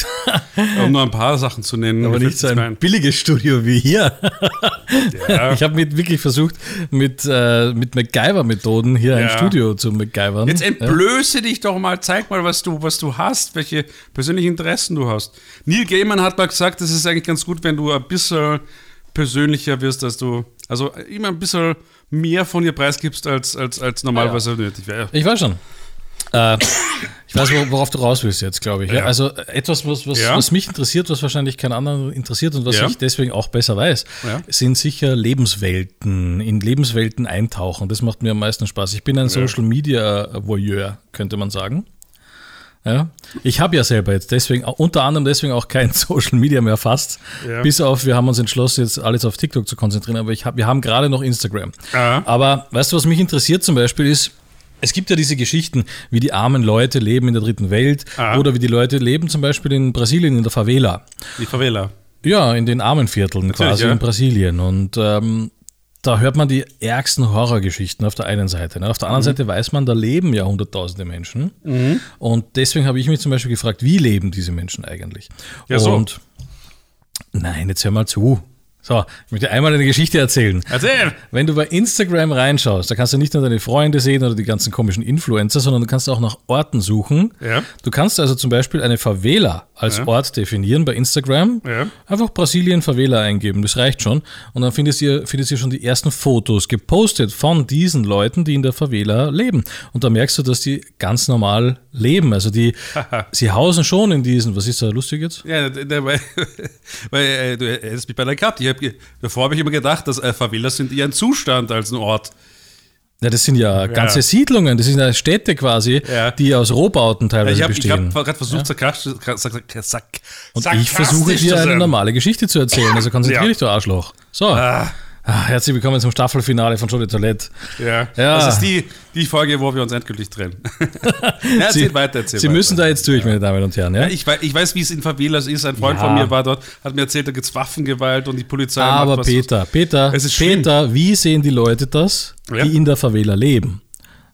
um nur ein paar Sachen zu nennen. Aber Mir fällt nicht so jetzt ein billiges Studio wie hier. kein- Ja. Ich habe mit wirklich versucht, mit, äh, mit MacGyver-Methoden hier ein Ja. Studio zu MacGyvern. Jetzt entblöße dich doch mal, zeig mal, was du, was du hast, welche persönlichen Interessen du hast. Neil Gaiman hat mal gesagt, es ist eigentlich ganz gut, wenn du ein bisschen persönlicher wirst, dass du, also immer ein bisschen mehr von dir preisgibst, als, als, als Ah, normalerweise nötig wäre. Ich weiß schon. Äh, ich weiß, wo- worauf du raus willst jetzt, glaube ich. Ja? Also äh, etwas, was, was, Ja. was mich interessiert, was wahrscheinlich keinen anderen interessiert und was Ja. ich deswegen auch besser weiß, Ja. sind sicher Lebenswelten, in Lebenswelten eintauchen. Das macht mir am meisten Spaß. Ich bin ein Social Media äh, Voyeur, könnte man sagen. Ja. Ich habe ja selber jetzt deswegen, unter anderem deswegen auch kein Social Media mehr fast. Ja. Bis auf, wir haben uns entschlossen, jetzt alles auf TikTok zu konzentrieren, aber ich hab, wir haben gerade noch Instagram. Ja. Aber weißt du, was mich interessiert zum Beispiel ist, es gibt ja diese Geschichten, wie die armen Leute leben in der dritten Welt Ah. oder wie die Leute leben zum Beispiel in Brasilien in der Favela. Die Favela. Ja, in den armen Vierteln quasi ja. in Brasilien. Und ähm, da hört man die ärgsten Horrorgeschichten auf der einen Seite. Ne? Auf der anderen Mhm. Seite weiß man, da leben ja hunderttausende Menschen. Und deswegen habe ich mich zum Beispiel gefragt, wie leben diese Menschen eigentlich? Ja, so. Und nein, jetzt hör mal zu. So, ich möchte einmal eine Geschichte erzählen. Erzähl! Wenn du bei Instagram reinschaust, da kannst du nicht nur deine Freunde sehen oder die ganzen komischen Influencer, sondern du kannst auch nach Orten suchen. Ja. Du kannst also zum Beispiel eine Favela als Ort definieren bei Instagram. Ja. Einfach Brasilien Favela eingeben, das reicht schon. Und dann findest ihr, findest ihr schon die ersten Fotos gepostet von diesen Leuten, die in der Favela leben. Und da merkst du, dass die ganz normal leben. Also die, sie hausen schon in diesen, was ist da lustig jetzt? Ja, d- d- weil, weil äh, du hättest mich beinahe gehabt. Ich hab, ge- davor habe ich immer gedacht, dass äh, Favelas sind eher ein Zustand als ein Ort. Ja, das sind ja ganze Siedlungen, das sind ja Städte quasi, Ja. die aus Rohbauten teilweise Ich habe bestehen. hab gerade versucht, sarkastisch, sark, sark, Und ich versuche zu dir eine sein. normale Geschichte zu erzählen. Also konzentrier Ja. dich, du Arschloch. So. Ah, Herzlich willkommen zum Staffelfinale von Show de Toilette. Ja. Ja. Das ist die, die Folge, wo wir uns endgültig trennen. ja, erzähl Sie- weiter, erzähl Sie weiter. müssen da jetzt durch, meine Damen und Herren. Ja? ich, weiß, ich weiß, wie es in Favelas ist. Ein Freund Ja. von mir war dort, hat mir erzählt, da gibt es Waffengewalt und die Polizei Aber macht was. Peter, Peter, Es ist schlimm. Peter, wie sehen die Leute das, Ja. die in der Favela leben?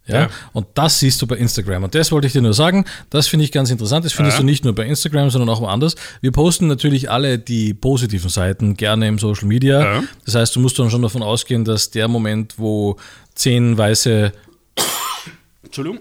Ja? Ja. Und das siehst du bei Instagram. Und das wollte ich dir nur sagen. Das finde ich ganz interessant. Das findest Ja. du nicht nur bei Instagram, sondern auch woanders. Wir posten natürlich alle die positiven Seiten gerne im Social Media. Ja. Das heißt, du musst dann schon davon ausgehen, dass der Moment, wo zehn weiße Entschuldigung.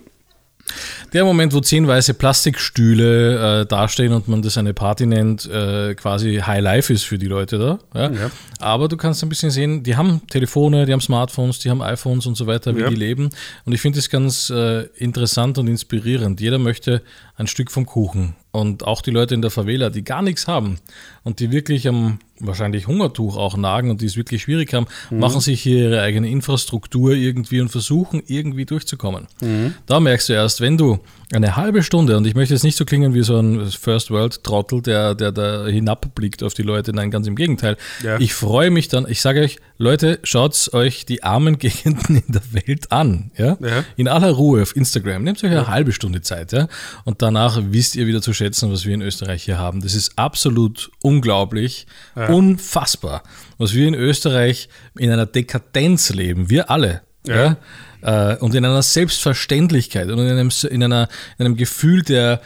der Moment, wo zehn weiße Plastikstühle äh, dastehen und man das eine Party nennt, äh, quasi High Life ist für die Leute da. Ja? Ja. Aber du kannst ein bisschen sehen, die haben Telefone, die haben Smartphones, die haben iPhones und so weiter, wie Ja. die leben. Und ich finde das ganz äh, interessant und inspirierend. Jeder möchte ein Stück vom Kuchen. Und auch die Leute in der Favela, die gar nichts haben und die wirklich am wahrscheinlich Hungertuch auch nagen und die es wirklich schwierig haben, Mhm. machen sich hier ihre eigene Infrastruktur irgendwie und versuchen irgendwie durchzukommen. Mhm. Da merkst du erst, wenn du eine halbe Stunde, und ich möchte jetzt nicht so klingen wie so ein First World Trottel, der, der da hinabblickt auf die Leute, nein, ganz im Gegenteil. Ja. Ich freue mich dann, ich sage euch, Leute, schaut euch die armen Gegenden in der Welt an. Ja? Ja. In aller Ruhe auf Instagram. Nehmt euch eine halbe Stunde Zeit. Ja? Und danach wisst ihr wieder zu schätzen, was wir in Österreich hier haben. Das ist absolut unglaublich, unfassbar, was wir in Österreich in einer Dekadenz leben. Wir alle. Ja. ja? Äh, Und in einer Selbstverständlichkeit und in einem, in einer, in einem Gefühl der,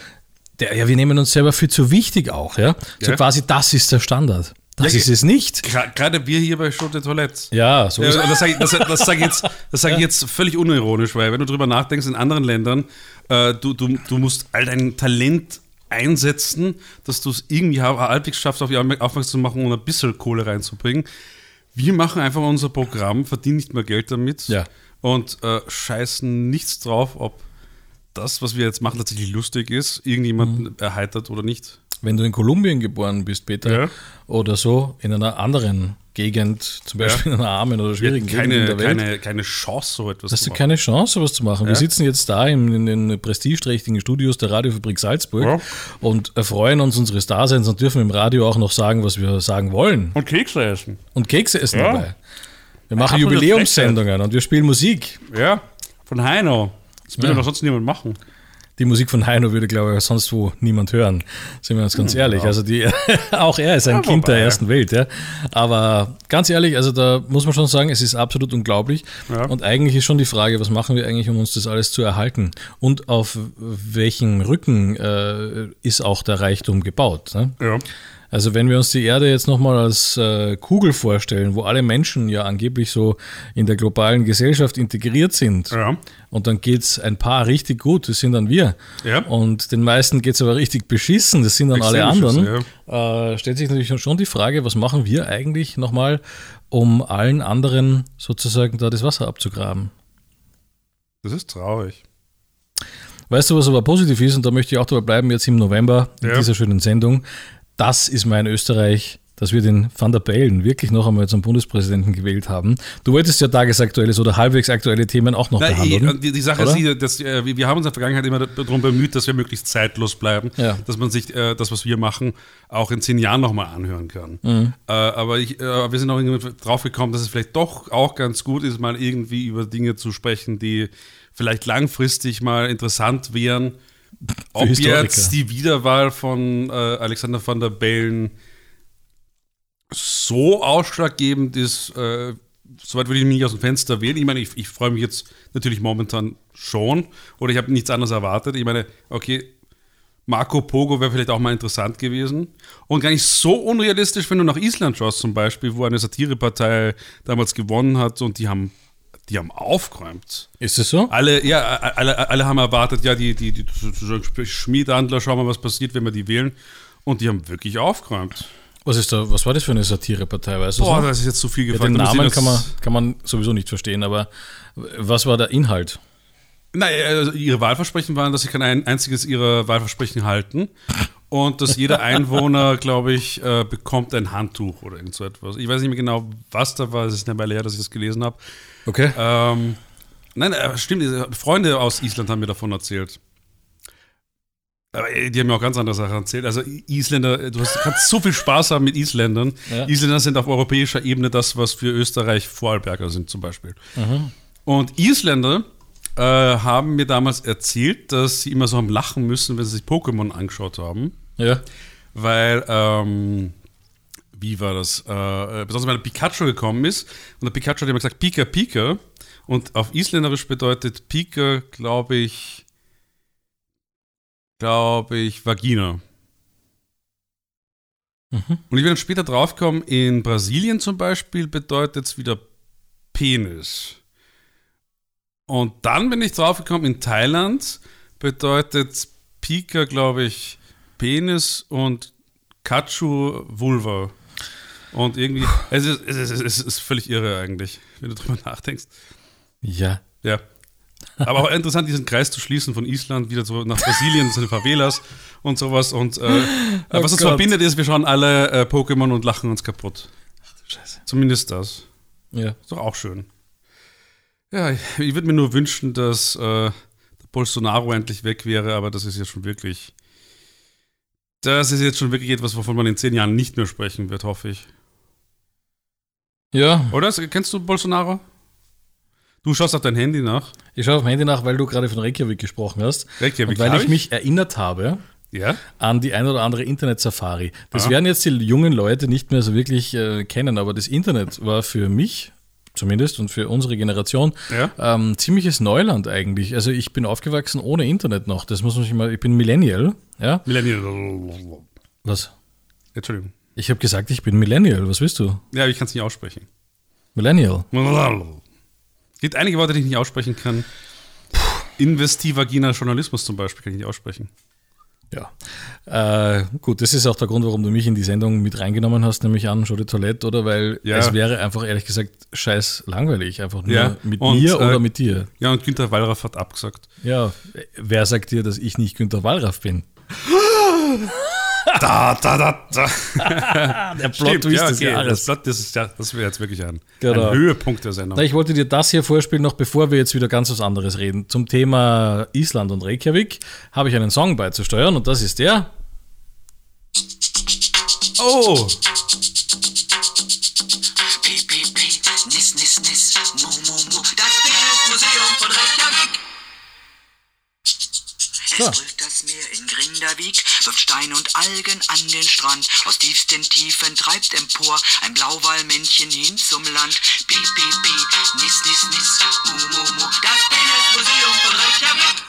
der, ja, wir nehmen uns selber viel zu wichtig auch, ja. So Ja. quasi, das ist der Standard. Das Ja, ist es nicht. Gra- Gerade wir hier bei Show de Toilette. Ja, so Ja, ist es. das sage ich, das, das sag ich, jetzt- das sag ich jetzt völlig unironisch, weil wenn du drüber nachdenkst, in anderen Ländern, äh, du, du, du musst all dein Talent einsetzen, dass du es irgendwie ha- halbwegs schaffst, auf dich aufmerk- aufmerksam zu machen und ein bisschen Kohle reinzubringen. Wir machen einfach unser Programm, verdienen nicht mehr Geld damit Ja. und äh, scheißen nichts drauf, ob das, was wir jetzt machen, tatsächlich lustig ist, irgendjemanden Mhm. erheitert oder nicht. Wenn du in Kolumbien geboren bist, Peter, Ja. oder so, in einer anderen Gegend, zum Beispiel in einer armen oder Wir schwierigen hatten Gegend keine, in der Welt, keine, keine Chance, so etwas hast du keine Chance, sowas zu machen. Wir sitzen jetzt da in, in den prestigeträchtigen Studios der Radiofabrik Salzburg Ja. und erfreuen uns unseres Daseins und dürfen im Radio auch noch sagen, was wir sagen wollen. Und Kekse essen. Und Kekse essen Ja. dabei. Wir machen Absolute Jubiläumssendungen und wir spielen Musik. Ja, von Heino. Das würde Ja. doch sonst niemand machen. Die Musik von Heino würde, glaube ich, sonst wo niemand hören. Sind wir uns ganz ehrlich. Also die, auch er ist ein Kind Hm, wobei. der ersten Welt, ja. Aber ganz ehrlich, also da muss man schon sagen, es ist absolut unglaublich. Ja. Und eigentlich ist schon die Frage, was machen wir eigentlich, um uns das alles zu erhalten? Und auf welchem Rücken äh, ist auch der Reichtum gebaut? Ne? Ja. Also wenn wir uns die Erde jetzt nochmal als äh, Kugel vorstellen, wo alle Menschen ja angeblich so in der globalen Gesellschaft integriert sind. Ja. Und dann geht es ein paar richtig gut, das sind dann wir. Ja. Und den meisten geht es aber richtig beschissen, das sind dann alle Extrem anderen. Äh, stellt sich natürlich schon die Frage, was machen wir eigentlich nochmal, um allen anderen sozusagen da das Wasser abzugraben? Das ist traurig. Weißt du, was aber positiv ist, und da möchte ich auch dabei bleiben, jetzt im November in Ja. dieser schönen Sendung, das ist mein Österreich, dass wir den Van der Bellen wirklich noch einmal zum Bundespräsidenten gewählt haben. Du wolltest ja tagesaktuelles oder halbwegs aktuelle Themen auch noch Nein, behandeln. ich, äh, die, die Sache oder? ist, die, dass, äh, wir wir haben uns in der Vergangenheit immer darum bemüht, dass wir möglichst zeitlos bleiben, Ja. dass man sich äh, das, was wir machen, auch in zehn Jahren nochmal anhören kann. Mhm. Äh, aber ich, äh, wir sind auch irgendwie draufgekommen, dass es vielleicht doch auch ganz gut ist, mal irgendwie über Dinge zu sprechen, die vielleicht langfristig mal interessant wären. Ob Historiker. jetzt die Wiederwahl von äh, Alexander van der Bellen so ausschlaggebend ist, äh, soweit würde ich mich nicht aus dem Fenster wählen. Ich meine, ich, ich freue mich jetzt natürlich momentan schon oder ich habe nichts anderes erwartet. Ich meine, okay, Marco Pogo wäre vielleicht auch mal interessant gewesen. Und gar nicht so unrealistisch, wenn du nach Island schaust zum Beispiel, wo eine Satirepartei damals gewonnen hat und die haben, die haben aufgeräumt. Ist es so? Alle, ja, alle, alle haben erwartet, ja, die, die, die Schmiedhandler, schauen wir mal, was passiert, wenn wir die wählen. Und die haben wirklich aufgeräumt. Was, ist da, was war das für eine Satirepartei? Weißt du Boah, so? das ist jetzt zu viel ja, gefragt. den Da müsst ihr Namen das- kann man, kann man sowieso nicht verstehen, aber was war der Inhalt? Nein, also ihre Wahlversprechen waren, dass sie kein ein einziges ihrer Wahlversprechen halten. Und dass jeder Einwohner, glaube ich, äh, bekommt ein Handtuch oder irgend so etwas. Ich weiß nicht mehr genau, was da war. Es ist eine Weile her, dass ich das gelesen habe. Okay. Ähm, nein, äh, stimmt, diese Freunde aus Island haben mir davon erzählt. Aber äh, die haben mir auch ganz andere Sachen erzählt. Also I- Isländer, äh, du hast, kannst so viel Spaß haben mit Isländern. Ja. Isländer sind auf europäischer Ebene das, was für Österreich Vorarlberger sind zum Beispiel. Und Isländer äh, haben mir damals erzählt, dass sie immer so am Lachen müssen, wenn sie sich Pokémon angeschaut haben. Ja. Weil, ähm, wie war das? Äh, äh, besonders weil der Pikachu gekommen ist und der Pikachu hat immer gesagt Pika Pika und auf Isländerisch bedeutet Pika, glaube ich, glaube ich, Vagina. Mhm. Und ich bin dann später draufgekommen, in Brasilien zum Beispiel bedeutet es wieder Penis. Und dann bin ich draufgekommen, in Thailand bedeutet Pika, glaube ich, Penis und Kachu Vulva. Und irgendwie, es ist, es, ist, es ist völlig irre eigentlich, wenn du drüber nachdenkst. Ja. Ja. Aber auch interessant, diesen Kreis zu schließen von Island wieder so nach Brasilien, zu den Favelas und sowas. Und äh, was uns Gott. verbindet, ist, wir schauen alle äh, Pokémon und lachen uns kaputt. Scheiße. Zumindest das. Ja. Ist doch auch schön. Ja, ich, ich würde mir nur wünschen, dass äh, der Bolsonaro endlich weg wäre, aber das ist jetzt schon wirklich. Das ist jetzt schon wirklich etwas, wovon man in zehn Jahren nicht mehr sprechen wird, hoffe ich. Ja, Oder? Kennst du Bolsonaro? Du schaust auf dein Handy nach. ich schaue auf mein Handy nach, weil du gerade von Reykjavik gesprochen hast. Reykjavik, und weil hab ich, mich erinnert habe Ja? an die ein oder andere Internet-Safari. Das Aha. werden jetzt die jungen Leute nicht mehr so wirklich äh, kennen, aber das Internet war für mich zumindest und für unsere Generation Ja? ähm, ziemliches Neuland eigentlich. Also ich bin aufgewachsen ohne Internet noch. Das muss man sich mal, ich bin Millennial, ja? Millennial. Was? äh, Entschuldigung. Ich habe gesagt, ich bin Millennial. Was bist du? Ja, ich kann es nicht aussprechen. Millennial. Gibt einige Worte, die ich nicht aussprechen kann. Investivaginer Journalismus zum Beispiel kann ich nicht aussprechen. Ja. Äh, gut, das ist auch der Grund, warum du mich in die Sendung mit reingenommen hast, nämlich an Show de Toilette, oder? Weil Ja. es wäre einfach ehrlich gesagt scheiß langweilig, einfach nur Ja, mit und, mir äh, oder mit dir. Ja, und Günther Wallraff hat abgesagt. Ja, wer sagt dir, dass ich nicht Günter Wallraff bin? Da, da, da, da. Der Plot Ah, Stimmt, ja, okay. Das, Jahres. Plot, das, ist, ja, das wäre jetzt wirklich ein, Genau. ein Höhepunkt der Sendung. Na, ich wollte dir das hier vorspielen, noch bevor wir jetzt wieder ganz was anderes reden. Zum Thema Island und Reykjavik habe ich einen Song beizusteuern und das ist der. Oh! Piep, piep, piep, nis, nis, nis, mu, mu, mu. Das Venusmuseum von Reykjavik. Es So. brüllt das Meer in Grindavik, wirft Stein und Algen an den Strand. Aus tiefsten Tiefen treibt empor ein Blauwallmännchen hin zum Land. Piep, piep, piep, nis, nis, nis, mu, mu, mu. Das Venusmuseum von Reykjavik.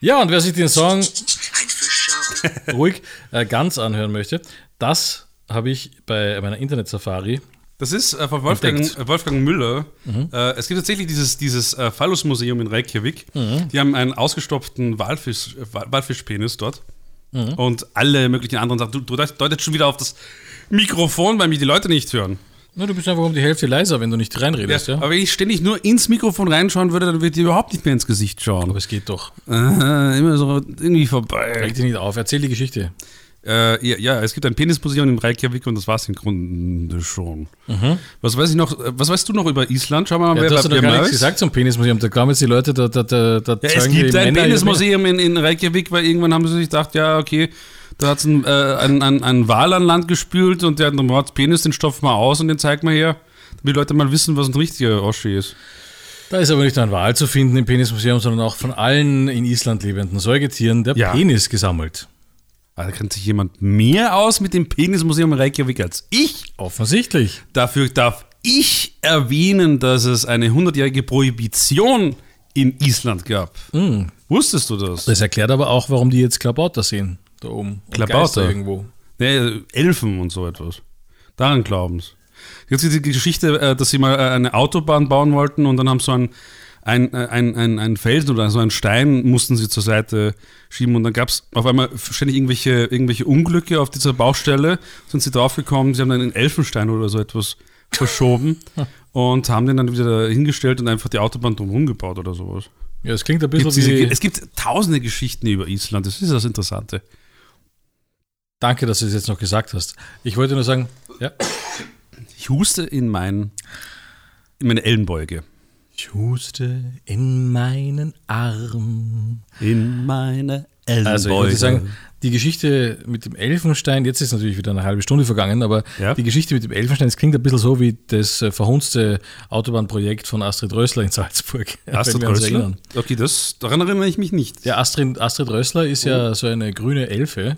Ja, und wer sich den Song Ein Fischer ruft. ruhig äh, ganz anhören möchte, das habe ich bei meiner Internet-Safari Das ist äh, von Wolfgang, Entdeckt. äh, Wolfgang Müller. Mhm. Äh, es gibt tatsächlich dieses, dieses äh, Phallus-Museum in Reykjavik. Mhm. Die haben einen ausgestopften Walfisch, äh, Wal- Walfischpenis dort. Mhm. Und alle möglichen anderen Sachen. Du, du deutest schon wieder auf das Mikrofon, weil mich die Leute nicht hören. Na, du bist einfach um die Hälfte leiser, wenn du nicht Ja, reinredest, ja? Aber wenn ich ständig nur ins Mikrofon reinschauen würde, dann würde die überhaupt nicht mehr ins Gesicht Aber schauen. es geht doch. Äh, immer so irgendwie vorbei. Reg dich nicht auf, erzähl die Geschichte. Äh, ja, ja, es gibt ein Penismuseum in Reykjavik und das war es im Grunde schon. Was weiß ich noch, äh, was weißt du noch über Island? Schau mal, Mhm. Ja, du hast ja noch gar nichts weiß. gesagt zum Penismuseum. Da kamen jetzt die Leute, da, da, da, da Ja, es zeigen die gibt ein Männer ihre- Penismuseum in, in Reykjavik, weil irgendwann haben sie sich gedacht, ja, okay, da hat es einen, äh, einen, einen, einen Wal an Land gespült und der hat einen Rotz Penis, den stopfen wir aus und den zeigen wir her, damit die Leute mal wissen, was ein richtiger Oschi ist. Da ist aber nicht nur ein Wal zu finden im Penismuseum, sondern auch von allen in Island lebenden Säugetieren der Ja. Penis gesammelt. Ah, da kennt sich jemand mehr aus mit dem Penismuseum in Reykjavik als ich. Offensichtlich. Dafür darf ich erwähnen, dass es eine 100-jährige Prohibition in Island gab. Wusstest du das? Das erklärt aber auch, warum die jetzt Klabauter sehen, da oben. Und Klabauter? Geister irgendwo. Nee, Elfen und so etwas. Daran glauben sie. Jetzt diese Geschichte, äh, dass sie mal äh, eine Autobahn bauen wollten und dann haben so ein, ein, äh, ein, ein, ein Felsen oder so einen Stein mussten sie zur Seite schieben und dann gab es auf einmal ständig irgendwelche, irgendwelche Unglücke auf dieser Baustelle. Sind sie draufgekommen, sie haben dann einen Elfenstein oder so etwas verschoben und haben den dann wieder hingestellt und einfach die Autobahn drumherum gebaut oder sowas. Ja, es klingt ein bisschen Gibt's diese, wie. es gibt tausende Geschichten über Island, das ist das Interessante. Danke, dass du es jetzt noch gesagt hast. Ich wollte nur sagen, ja. Ich huste in, mein, in meine Ellenbeuge. Ich huste in meinen Arm. In meine Ellenbeuge. Also ich würde sagen, die Geschichte mit dem Elfenstein, jetzt ist natürlich wieder eine halbe Stunde vergangen, aber Ja. die Geschichte mit dem Elfenstein, das klingt ein bisschen so wie das äh, verhunzte Autobahnprojekt von Astrid Rössler in Salzburg. Astrid wenn wir uns Rössler? erinnern. Okay, das, daran erinnere ich mich nicht. Ja, Astrid, Astrid Rössler ist Mhm. ja so eine grüne Elfe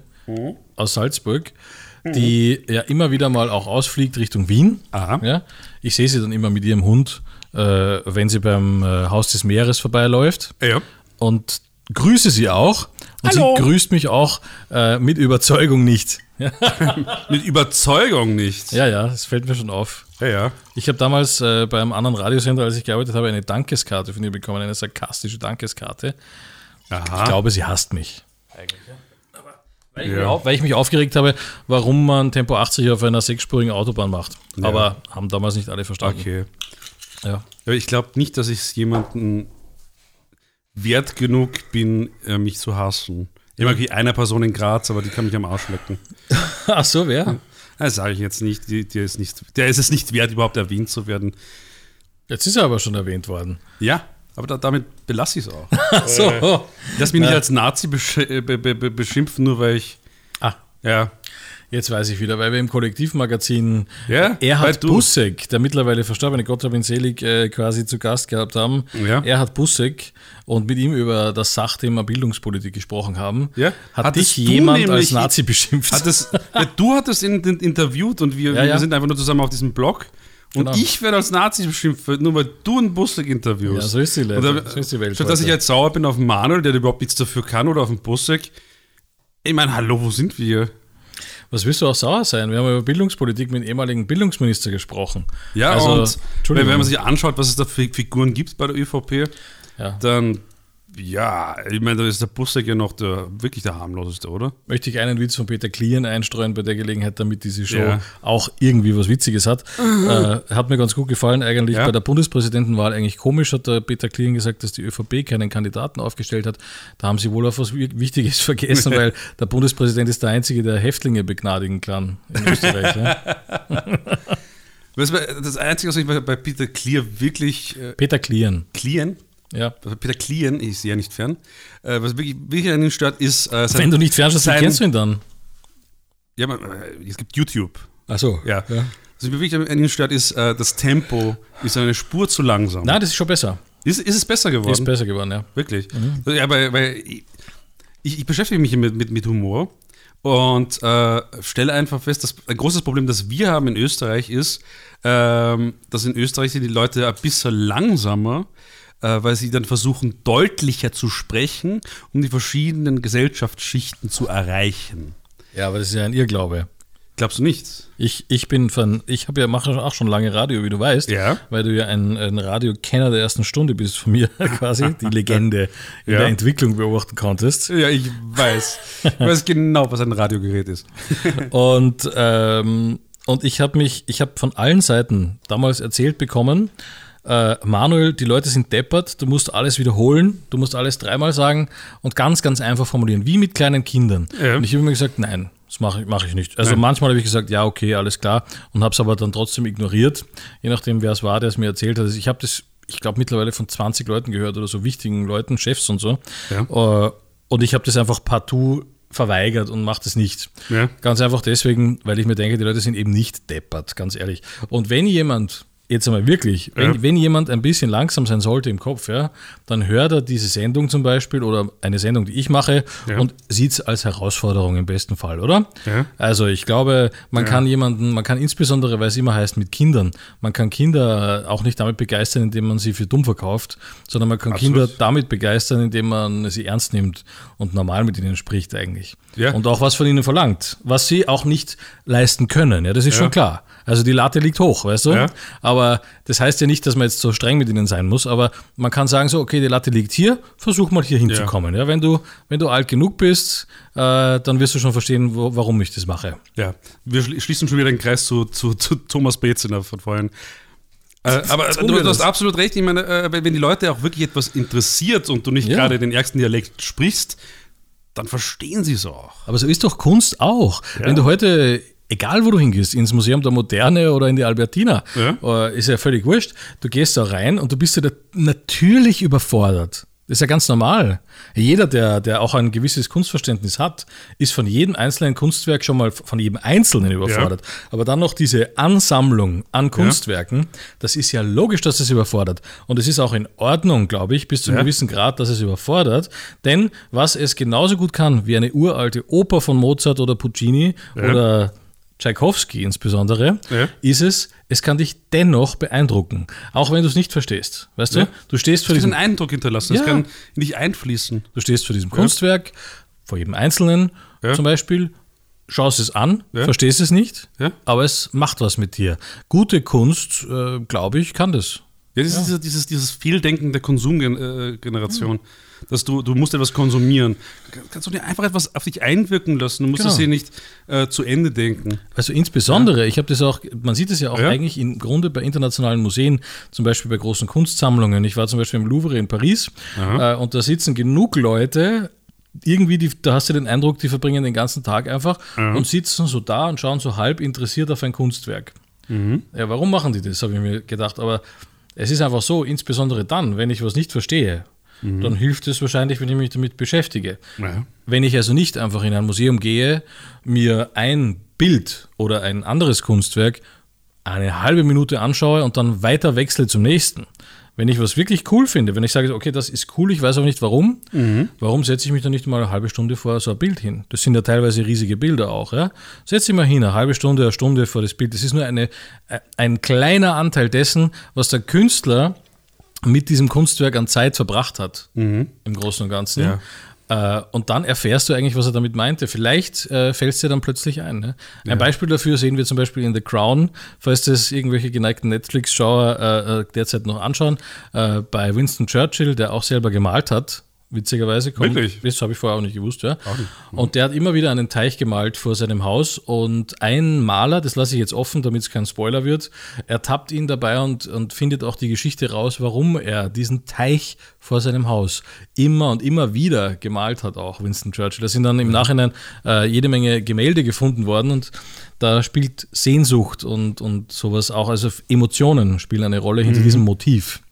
aus Salzburg, Mhm. die ja immer wieder mal auch ausfliegt Richtung Wien. Aha. Ja, ich sehe sie dann immer mit ihrem Hund, äh, wenn sie beim äh, Haus des Meeres vorbeiläuft Ja. und grüße sie auch. Und Hallo. sie grüßt mich auch äh, mit Überzeugung nicht. Ja, Mit Überzeugung nicht. ja, ja, das fällt mir schon auf. ja. ja. Ich habe damals äh, bei einem anderen Radiosender, als ich gearbeitet habe, eine Dankeskarte von ihr bekommen, eine sarkastische Dankeskarte. Ich glaube, sie hasst mich. Weil ich, mich auf, weil ich mich aufgeregt habe, warum man Tempo 80 auf einer sechsspurigen Autobahn macht. Aber haben damals nicht alle verstanden. Okay. Ja. Aber ich glaube nicht, dass ich es jemandem wert genug bin, äh, mich zu hassen. Ich mag wie einer Person in Graz, aber die kann mich am Arsch lecken. Ach so, wer? Das sage ich jetzt nicht. Die, die ist nicht. Der ist es nicht wert, überhaupt erwähnt zu werden. Jetzt ist er aber schon erwähnt worden. Äh. Ja, aber da, damit belasse ich es auch. Ach so. Lass mich nicht als Nazi besch äh, be be be beschimpfen, nur weil ich. Ah, Ja. jetzt weiß ich wieder, weil wir im Kollektivmagazin Ja, weil Erhard du- Bussek, der mittlerweile verstorbene Gott hab ihn selig, äh, quasi zu Gast gehabt haben. Ja. Erhard Bussek und mit ihm über das Sachthema Bildungspolitik gesprochen haben. Ja. Hat, Hattest dich du jemand als nämlich- Nazi beschimpft? Hat das, ja, du hattest ihn in, interviewt und wir, Ja, ja. wir sind einfach nur zusammen auf diesem Blog. Und Genau. ich werde als Nazi beschimpft, nur weil du einen Bussig interviewst. Ja, so ist die Welt. Oder, So ist die Welt statt dass ich heute. jetzt sauer bin auf den Manuel, der überhaupt nichts dafür kann, oder auf den Bussig. Ich meine, hallo, wo sind wir? Was willst du auch sauer sein? Wir haben über Bildungspolitik mit dem ehemaligen Bildungsminister gesprochen. Ja, also, und wenn, Entschuldigung. wenn man sich anschaut, was es da für Figuren gibt bei der ÖVP, Ja. dann, ja, ich meine, da ist der Bussig ja noch der, wirklich der harmloseste, oder? möchte ich einen Witz von Peter Klien einstreuen bei der Gelegenheit, damit diese Show Ja. auch irgendwie was Witziges hat. äh, hat mir ganz gut gefallen eigentlich Ja. bei der Bundespräsidentenwahl. Eigentlich komisch hat der Peter Klien gesagt, dass die ÖVP keinen Kandidaten aufgestellt hat. Da haben sie wohl auf was Wir- Wichtiges vergessen, weil der Bundespräsident ist der Einzige, der Häftlinge begnadigen kann in Österreich. ja. Weißt du, Das Einzige, was ich bei, bei Peter Clear wirklich äh, Peter Klien, clearen, ja. also Peter Klien, ich sehe ja nicht fern, äh, was wirklich, wirklich an ihm stört, ist äh, sein, Wenn du nicht fernschaust, wie sein- kennst du ihn dann? ja, man, äh, es gibt YouTube, Achso, ja. Was mich wirklich an ihm stört, ist äh, das Tempo, ist eine Spur zu langsam. Na, das ist schon besser. Ist, ist es besser geworden? Ist besser geworden, ja. Wirklich. Ja, weil, weil ich, ich beschäftige mich mit, mit, mit Humor und äh, stelle einfach fest, dass ein großes Problem, das wir haben in Österreich, ist, ähm, dass in Österreich sind die Leute ein bisschen langsamer, äh, weil sie dann versuchen, deutlicher zu sprechen, um die verschiedenen Gesellschaftsschichten zu erreichen. Ja, aber das ist ja ein Irrglaube. Glaubst du nicht? Ich, ich bin von, ich habe ja mache auch schon lange Radio, wie du weißt, Ja. weil du ja ein, ein Radiokenner der ersten Stunde bist von mir quasi, die Legende in Ja. der Entwicklung beobachten konntest. Ja, ich weiß. ich weiß genau, was ein Radiogerät ist. Und, ähm, und ich habe mich, ich habe von allen Seiten damals erzählt bekommen, äh, Manuel, die Leute sind deppert, du musst alles wiederholen, du musst alles dreimal sagen und ganz, ganz einfach formulieren, wie mit kleinen Kindern. Ja. Und ich habe immer gesagt, nein, das mache ich, mach ich nicht. Also manchmal habe ich gesagt, ja, okay, alles klar und habe es aber dann trotzdem ignoriert, je nachdem, wer es war, der es mir erzählt hat. Also ich habe das, ich glaube, mittlerweile von 20 Leuten gehört oder so wichtigen Leuten, Chefs und so. Äh, und ich habe das einfach partout verweigert und mache das nicht. Ja. Ganz einfach deswegen, weil ich mir denke, die Leute sind eben nicht deppert, ganz ehrlich. Und wenn jemand, jetzt einmal wirklich, wenn, wenn jemand ein bisschen langsam sein sollte im Kopf, ja, dann hört er diese Sendung zum Beispiel oder eine Sendung, die ich mache und sieht es als Herausforderung im besten Fall, oder? Ja. Also ich glaube, man kann jemanden, man kann insbesondere, weil es immer heißt, mit Kindern, man kann Kinder auch nicht damit begeistern, indem man sie für dumm verkauft, sondern man kann Absolut. Kinder damit begeistern, indem man sie ernst nimmt und normal mit ihnen spricht eigentlich. Ja. Und auch was von ihnen verlangt, was sie auch nicht leisten können. Ja, das ist schon klar. Also die Latte liegt hoch, weißt du? Ja. Aber das heißt ja nicht, dass man jetzt so streng mit ihnen sein muss, aber man kann sagen so, okay, die Latte liegt hier, versuch mal hier hinzukommen. Ja, wenn du, wenn du alt genug bist, äh, dann wirst du schon verstehen, wo, warum ich das mache. Ja, wir schli- schließen schon wieder den Kreis zu, zu, zu Thomas Brezina von vorhin. Äh, aber Tun du, du wir das. hast absolut recht. Ich meine, äh, wenn wenn die Leute auch wirklich etwas interessiert und du nicht Ja. gerade den ärgsten Dialekt sprichst, dann verstehen sie es auch. Aber so ist doch Kunst auch. Wenn du heute, egal wo du hingehst, ins Museum der Moderne oder in die Albertina, Ja. äh, ist ja völlig wurscht, du gehst da rein und du bist ja da natürlich überfordert. Das ist ja ganz normal. Jeder, der, der auch ein gewisses Kunstverständnis hat, ist von jedem einzelnen Kunstwerk schon mal von jedem Einzelnen überfordert. Aber dann noch diese Ansammlung an Kunstwerken, das ist ja logisch, dass es überfordert. Und es ist auch in Ordnung, glaube ich, bis zu einem gewissen Grad, dass es überfordert. Denn was es genauso gut kann wie eine uralte Oper von Mozart oder Puccini oder Tchaikovsky insbesondere, Ja. ist es, es kann dich dennoch beeindrucken. Auch wenn du es nicht verstehst. Weißt du? Du stehst vor Das ist diesem einen Eindruck hinterlassen. Das Ja. kann nicht einfließen. Du stehst vor diesem Kunstwerk, vor jedem Einzelnen Ja. zum Beispiel, schaust es an, Ja. verstehst es nicht, Ja. aber es macht was mit dir. Gute Kunst, äh, glaube ich, kann das. Ja, das ist dieses, dieses Vieldenken der Konsumgeneration. äh, dass du, du musst etwas konsumieren. Kannst du dir einfach etwas auf dich einwirken lassen, du musst Genau. das hier nicht äh, zu Ende denken. Also insbesondere, ich habe das auch, man sieht es ja auch Ja. eigentlich im Grunde bei internationalen Museen, zum Beispiel bei großen Kunstsammlungen. Ich war zum Beispiel im Louvre in Paris äh, und da sitzen genug Leute, irgendwie, die, da hast du den Eindruck, die verbringen den ganzen Tag einfach und sitzen so da und schauen so halb interessiert auf ein Kunstwerk. Ja, warum machen die das, habe ich mir gedacht. Aber es ist einfach so, insbesondere dann, wenn ich was nicht verstehe, dann hilft es wahrscheinlich, wenn ich mich damit beschäftige. Ja. Wenn ich also nicht einfach in ein Museum gehe, mir ein Bild oder ein anderes Kunstwerk eine halbe Minute anschaue und dann weiter wechsle zum nächsten. Wenn ich was wirklich cool finde, wenn ich sage, okay, das ist cool, ich weiß aber nicht warum, warum setze ich mich dann nicht mal eine halbe Stunde vor so ein Bild hin? Das sind ja teilweise riesige Bilder auch. Ja? Setze ich mal hin, eine halbe Stunde, eine Stunde vor das Bild. Das ist nur eine, äh, ein kleiner Anteil dessen, was der Künstler mit diesem Kunstwerk an Zeit verbracht hat, im Großen und Ganzen. Äh, und dann erfährst du eigentlich, was er damit meinte. Vielleicht äh, fällt es dir dann plötzlich ein. Ne? Ein Beispiel dafür sehen wir zum Beispiel in The Crown, falls das irgendwelche geneigten Netflix-Schauer äh, äh, derzeit noch anschauen, äh, bei Winston Churchill, der auch selber gemalt hat. Witzigerweise kommt. Wirklich? Das habe ich vorher auch nicht gewusst, ja. Und der hat immer wieder einen Teich gemalt vor seinem Haus und ein Maler, das lasse ich jetzt offen, damit es kein Spoiler wird, ertappt ihn dabei und, und findet auch die Geschichte raus, warum er diesen Teich vor seinem Haus immer und immer wieder gemalt hat, auch Winston Churchill. Da sind dann im Nachhinein äh, jede Menge Gemälde gefunden worden und da spielt Sehnsucht und, und sowas auch, also Emotionen spielen eine Rolle Mhm. hinter diesem Motiv.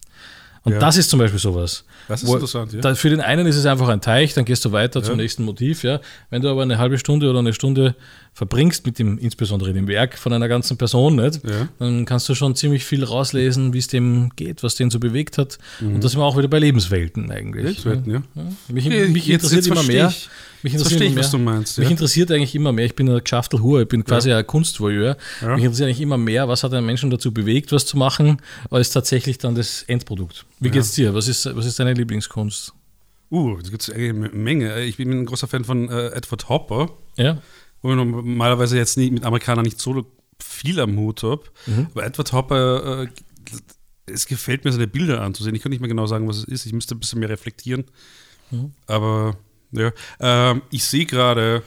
Und das ist zum Beispiel sowas. Das ist interessant, ja. Da, Also für den einen ist es einfach ein Teich, dann gehst du weiter zum nächsten Motiv. Ja. Wenn du aber eine halbe Stunde oder eine Stunde verbringst mit dem, insbesondere dem Werk von einer ganzen Person, nicht, Ja. dann kannst du schon ziemlich viel rauslesen, wie es dem geht, was den so bewegt hat. Mhm. Und das sind wir auch wieder bei Lebenswelten eigentlich. Weltweiten, ja. Ja. Mich, Okay, mich jetzt- interessiert jetzt immer versteh mehr. ich. Mich Jetzt interessiert versteh ich, immer mehr. was du meinst, Mich ja. interessiert eigentlich immer mehr. Ich bin ein Geschaftelhuhr, ich bin quasi ein Kunstvoyeur. Mich interessiert eigentlich immer mehr, was hat einen Menschen dazu bewegt, was zu machen, als tatsächlich dann das Endprodukt. Wie geht's dir? Was ist, was ist deine Lieblingskunst? Uh, da gibt es eine Menge. Ich bin ein großer Fan von äh, Edward Hopper, Ja, wo ich normalerweise jetzt nie, mit Amerikanern nicht so viel am Hut habe. Mhm. Aber Edward Hopper, äh, es gefällt mir, seine Bilder anzusehen. Ich kann nicht mehr genau sagen, was es ist. Ich müsste ein bisschen mehr reflektieren. Mhm. Aber ja, ähm, ich sehe gerade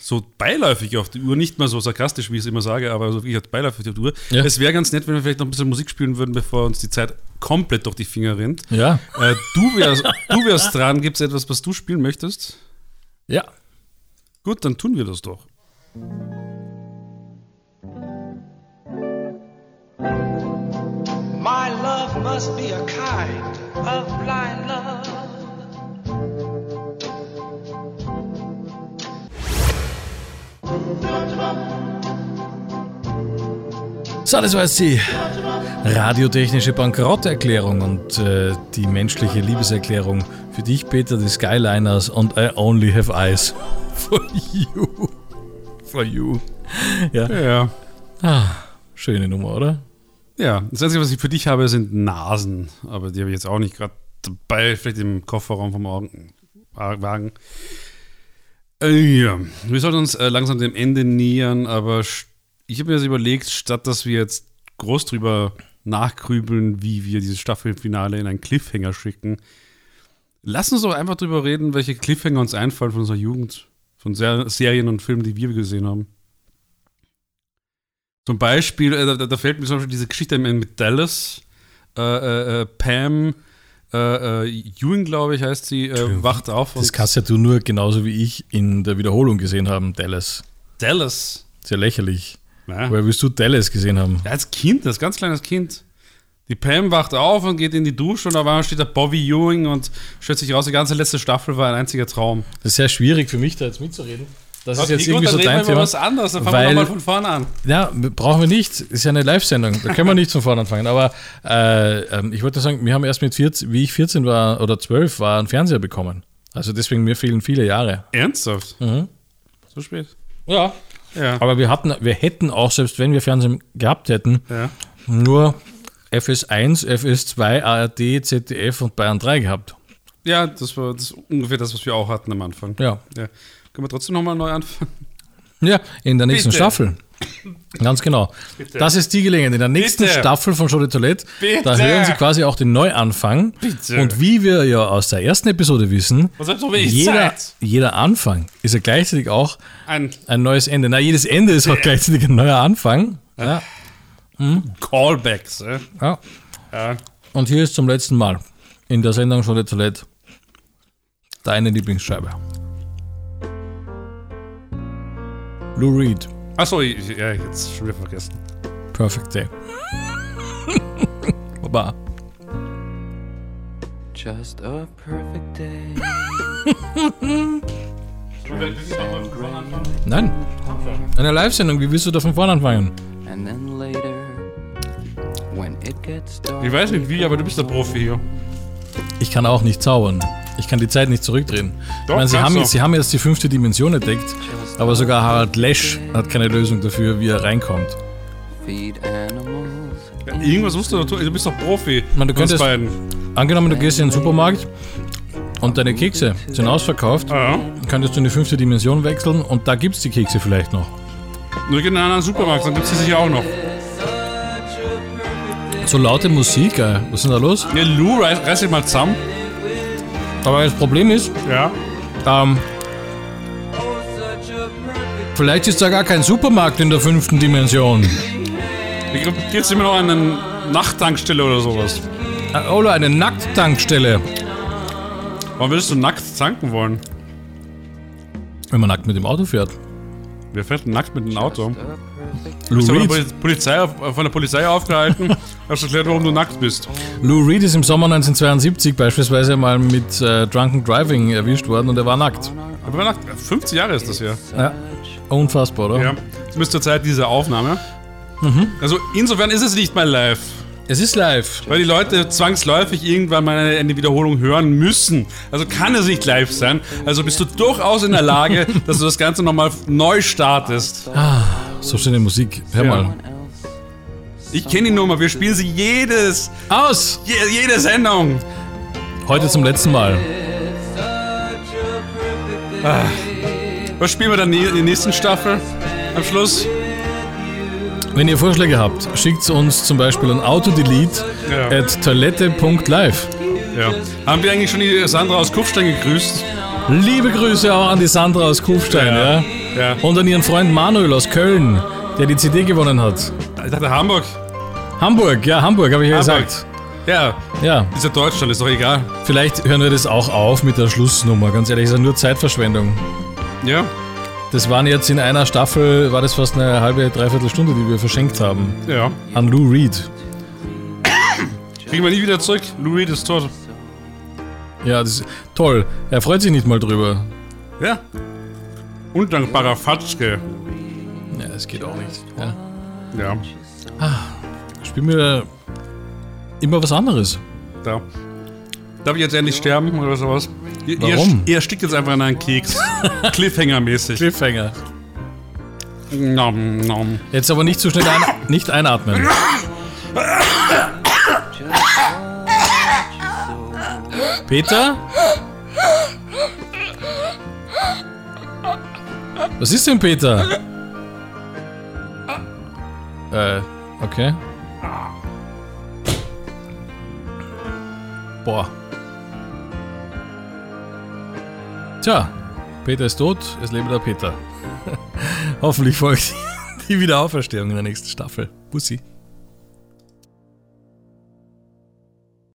so beiläufig auf die Uhr, nicht mal so sarkastisch, wie ich es immer sage, aber so wie ich beiläufig auf die Uhr. Ja. Es wäre ganz nett, wenn wir vielleicht noch ein bisschen Musik spielen würden, bevor uns die Zeit komplett durch die Finger rennt. Ja. Äh, du, wärst, du wärst dran. Gibt es etwas, was du spielen möchtest? ja. Gut, dann tun wir das doch. My love must be a kind of blind love. So, das war jetzt die radiotechnische Bankrotterklärung und äh, die menschliche Liebeserklärung für dich, Peter, die Skyliners und I only have eyes for you. For you. Ja, Ja. schöne Nummer, oder? Ja, das Einzige, was ich für dich habe, sind Nasen. Aber die habe ich jetzt auch nicht gerade dabei, vielleicht im Kofferraum vom Augen- Wagen. Äh, ja, wir sollten uns äh, langsam dem Ende nähern, aber sch- ich habe mir das überlegt, statt dass wir jetzt groß drüber nachgrübeln, wie wir dieses Staffelfinale in einen Cliffhanger schicken, lass uns doch einfach drüber reden, welche Cliffhanger uns einfallen von unserer Jugend, von Ser Serien und Filmen, die wir gesehen haben. Zum Beispiel, äh, da, da fällt mir zum Beispiel diese Geschichte mit Dallas. Äh, äh, äh, Pam äh, äh, Ewing, glaube ich, heißt sie, äh, wacht auf. Das und- kannst ja du nur genauso wie ich in der Wiederholung gesehen haben, Dallas. Dallas. Sehr lächerlich. Ja. Woher willst du Dallas gesehen haben? Ja, als Kind, als ganz kleines Kind. Die Pam wacht auf und geht in die Dusche und auf einmal steht da Bobby Ewing und stellt sich raus, die ganze letzte Staffel war ein einziger Traum. Das ist sehr schwierig für mich, da jetzt mitzureden. Das ist Okay, jetzt gut, irgendwie dann so reden wir dein über Thema. was anderes, dann fangen wir weil- nochmal von vorne an. Ja, brauchen wir nicht. Ist ja eine Live-Sendung. Da können wir nicht von vorne anfangen. Aber äh, ähm, ich wollte nur sagen, wir haben erst mit 14, wie ich 14 war oder 12 war, einen Fernseher bekommen. Also deswegen, mir fehlen viele Jahre. Ernsthaft? So spät? Ja. Ja. Aber wir hatten, wir hätten auch, selbst wenn wir Fernsehen gehabt hätten, ja. nur FS1, FS2, ARD, ZDF und Bayern 3 gehabt. Ja, das war das ist ungefähr das, was wir auch hatten am Anfang. Ja. ja. Können wir trotzdem nochmal neu anfangen? Ja, in der nächsten Bitte. Staffel. Ganz genau. Das ist die Gelegenheit. In der nächsten Bitte. Staffel von Show de Toilette, Bitte. da hören Sie quasi auch den Neuanfang. Bitte. Und wie wir ja aus der ersten Episode wissen, Was habt ihr so wenig jeder, Zeit? jeder Anfang ist ja gleichzeitig auch Ein ein neues Ende. Na, jedes Ende ist auch gleichzeitig ein neuer Anfang. Ja, Callbacks. Äh? ja. Ja. Und hier ist zum letzten Mal in der Sendung Show de Toilette deine Lieblingsscheibe. Lou Reed, Achso, ich- ja, jetzt schon wieder vergessen. Perfect Day. Baba. Just a perfect day. Nein. Eine Live-Sendung, wie willst du da von vorne anfangen? And then later, when it gets dark. Ich weiß nicht wie, aber du bist der Profi hier. Ich kann auch nicht zaubern. Ich kann die Zeit nicht zurückdrehen. ich Doch, meine, sie, kannst haben du. jetzt, sie haben jetzt die fünfte Dimension entdeckt, aber sogar Harald Lesch hat keine Lösung dafür, wie er reinkommt. Feed animals. Ja, Irgendwas musst du da tun. Du bist doch Profi. Man, du Von uns könntest- beiden. Angenommen, du gehst in den Supermarkt und deine Kekse sind ausverkauft, Ja. könntest du in die fünfte Dimension wechseln und da gibt es die Kekse vielleicht noch. Nur gehen in einen anderen Supermarkt, dann gibt es die sicher auch noch. So laute Musik, ey. was ist denn da los? Ja, Lou, reiß, reiß dich mal zusammen. Aber das Problem ist, Ja. ähm, vielleicht ist da gar kein Supermarkt in der fünften Dimension. Ich glaube, gibt es immer noch eine Nachttankstelle oder sowas. Äh, Oder eine Nackttankstelle. Warum würdest du nackt tanken wollen? Wenn man nackt mit dem Auto fährt. Wer fährt denn nackt mit dem Auto? Lou Bist du von Reed. der Poli- Polizei, auf- von der Polizei aufgehalten? Hast du erklärt, warum du nackt bist? Lou Reed ist im Sommer 1972 beispielsweise mal mit äh, Drunken Driving erwischt worden und er war nackt. Aber wer nackt, 50 Jahre ist das ja. Ja. Unfassbar, oder? Ja. Zumindest zur Zeit dieser Aufnahme. Also insofern ist es nicht mal live. Es ist live. Weil die Leute zwangsläufig irgendwann mal eine, eine Wiederholung hören müssen. Also kann es nicht live sein. Also bist du durchaus in der Lage, dass du das Ganze nochmal neu startest. So schöne Musik. Hör Ja. mal. Ich kenne die Nummer, wir spielen sie jedes, Aus! je, jede Sendung. Heute zum letzten Mal. Was spielen wir dann in der nächsten Staffel? Am Schluss? Wenn ihr Vorschläge habt, schickt uns zum Beispiel an autodelete Ja. at toilette.live. Äh, Ja. Haben wir eigentlich schon die Sandra aus Kufstein gegrüßt? Liebe Grüße auch an die Sandra aus Kufstein, ja. Ja. Ja. Und an ihren Freund Manuel aus Köln, der die CD gewonnen hat. Ich dachte Hamburg. Hamburg, ja, Hamburg, habe ich ja Hamburg. gesagt. Ja, Ja, ist ja Deutschland, ist doch egal. vielleicht hören wir das auch auf mit der Schlussnummer. Ganz ehrlich, ist ja nur Zeitverschwendung. Ja. Das waren jetzt in einer Staffel, war das fast eine halbe, dreiviertel Stunde, die wir verschenkt haben. Ja. An Lou Reed. Kriegen wir nie wieder zurück. Lou Reed ist tot. Ja, das ist toll. Er freut sich nicht mal drüber. Ja. Undankbarer Fatschke. Ja, das geht auch nicht. Ja. Ja. Spiel mir immer was anderes. Da. Darf ich jetzt endlich sterben oder sowas? Ihr, ihr Warum? st- Ihr stickt jetzt einfach in einen Keks. Cliffhanger-mäßig. Cliffhanger. Nom, nom. Jetzt aber nicht zu schnell ein, nicht einatmen. Peter? Was ist denn Peter? Äh, okay. Boah. Tja, Peter ist tot, es lebe der Peter. Hoffentlich folgt die Wiederauferstehung in der nächsten Staffel. Bussi.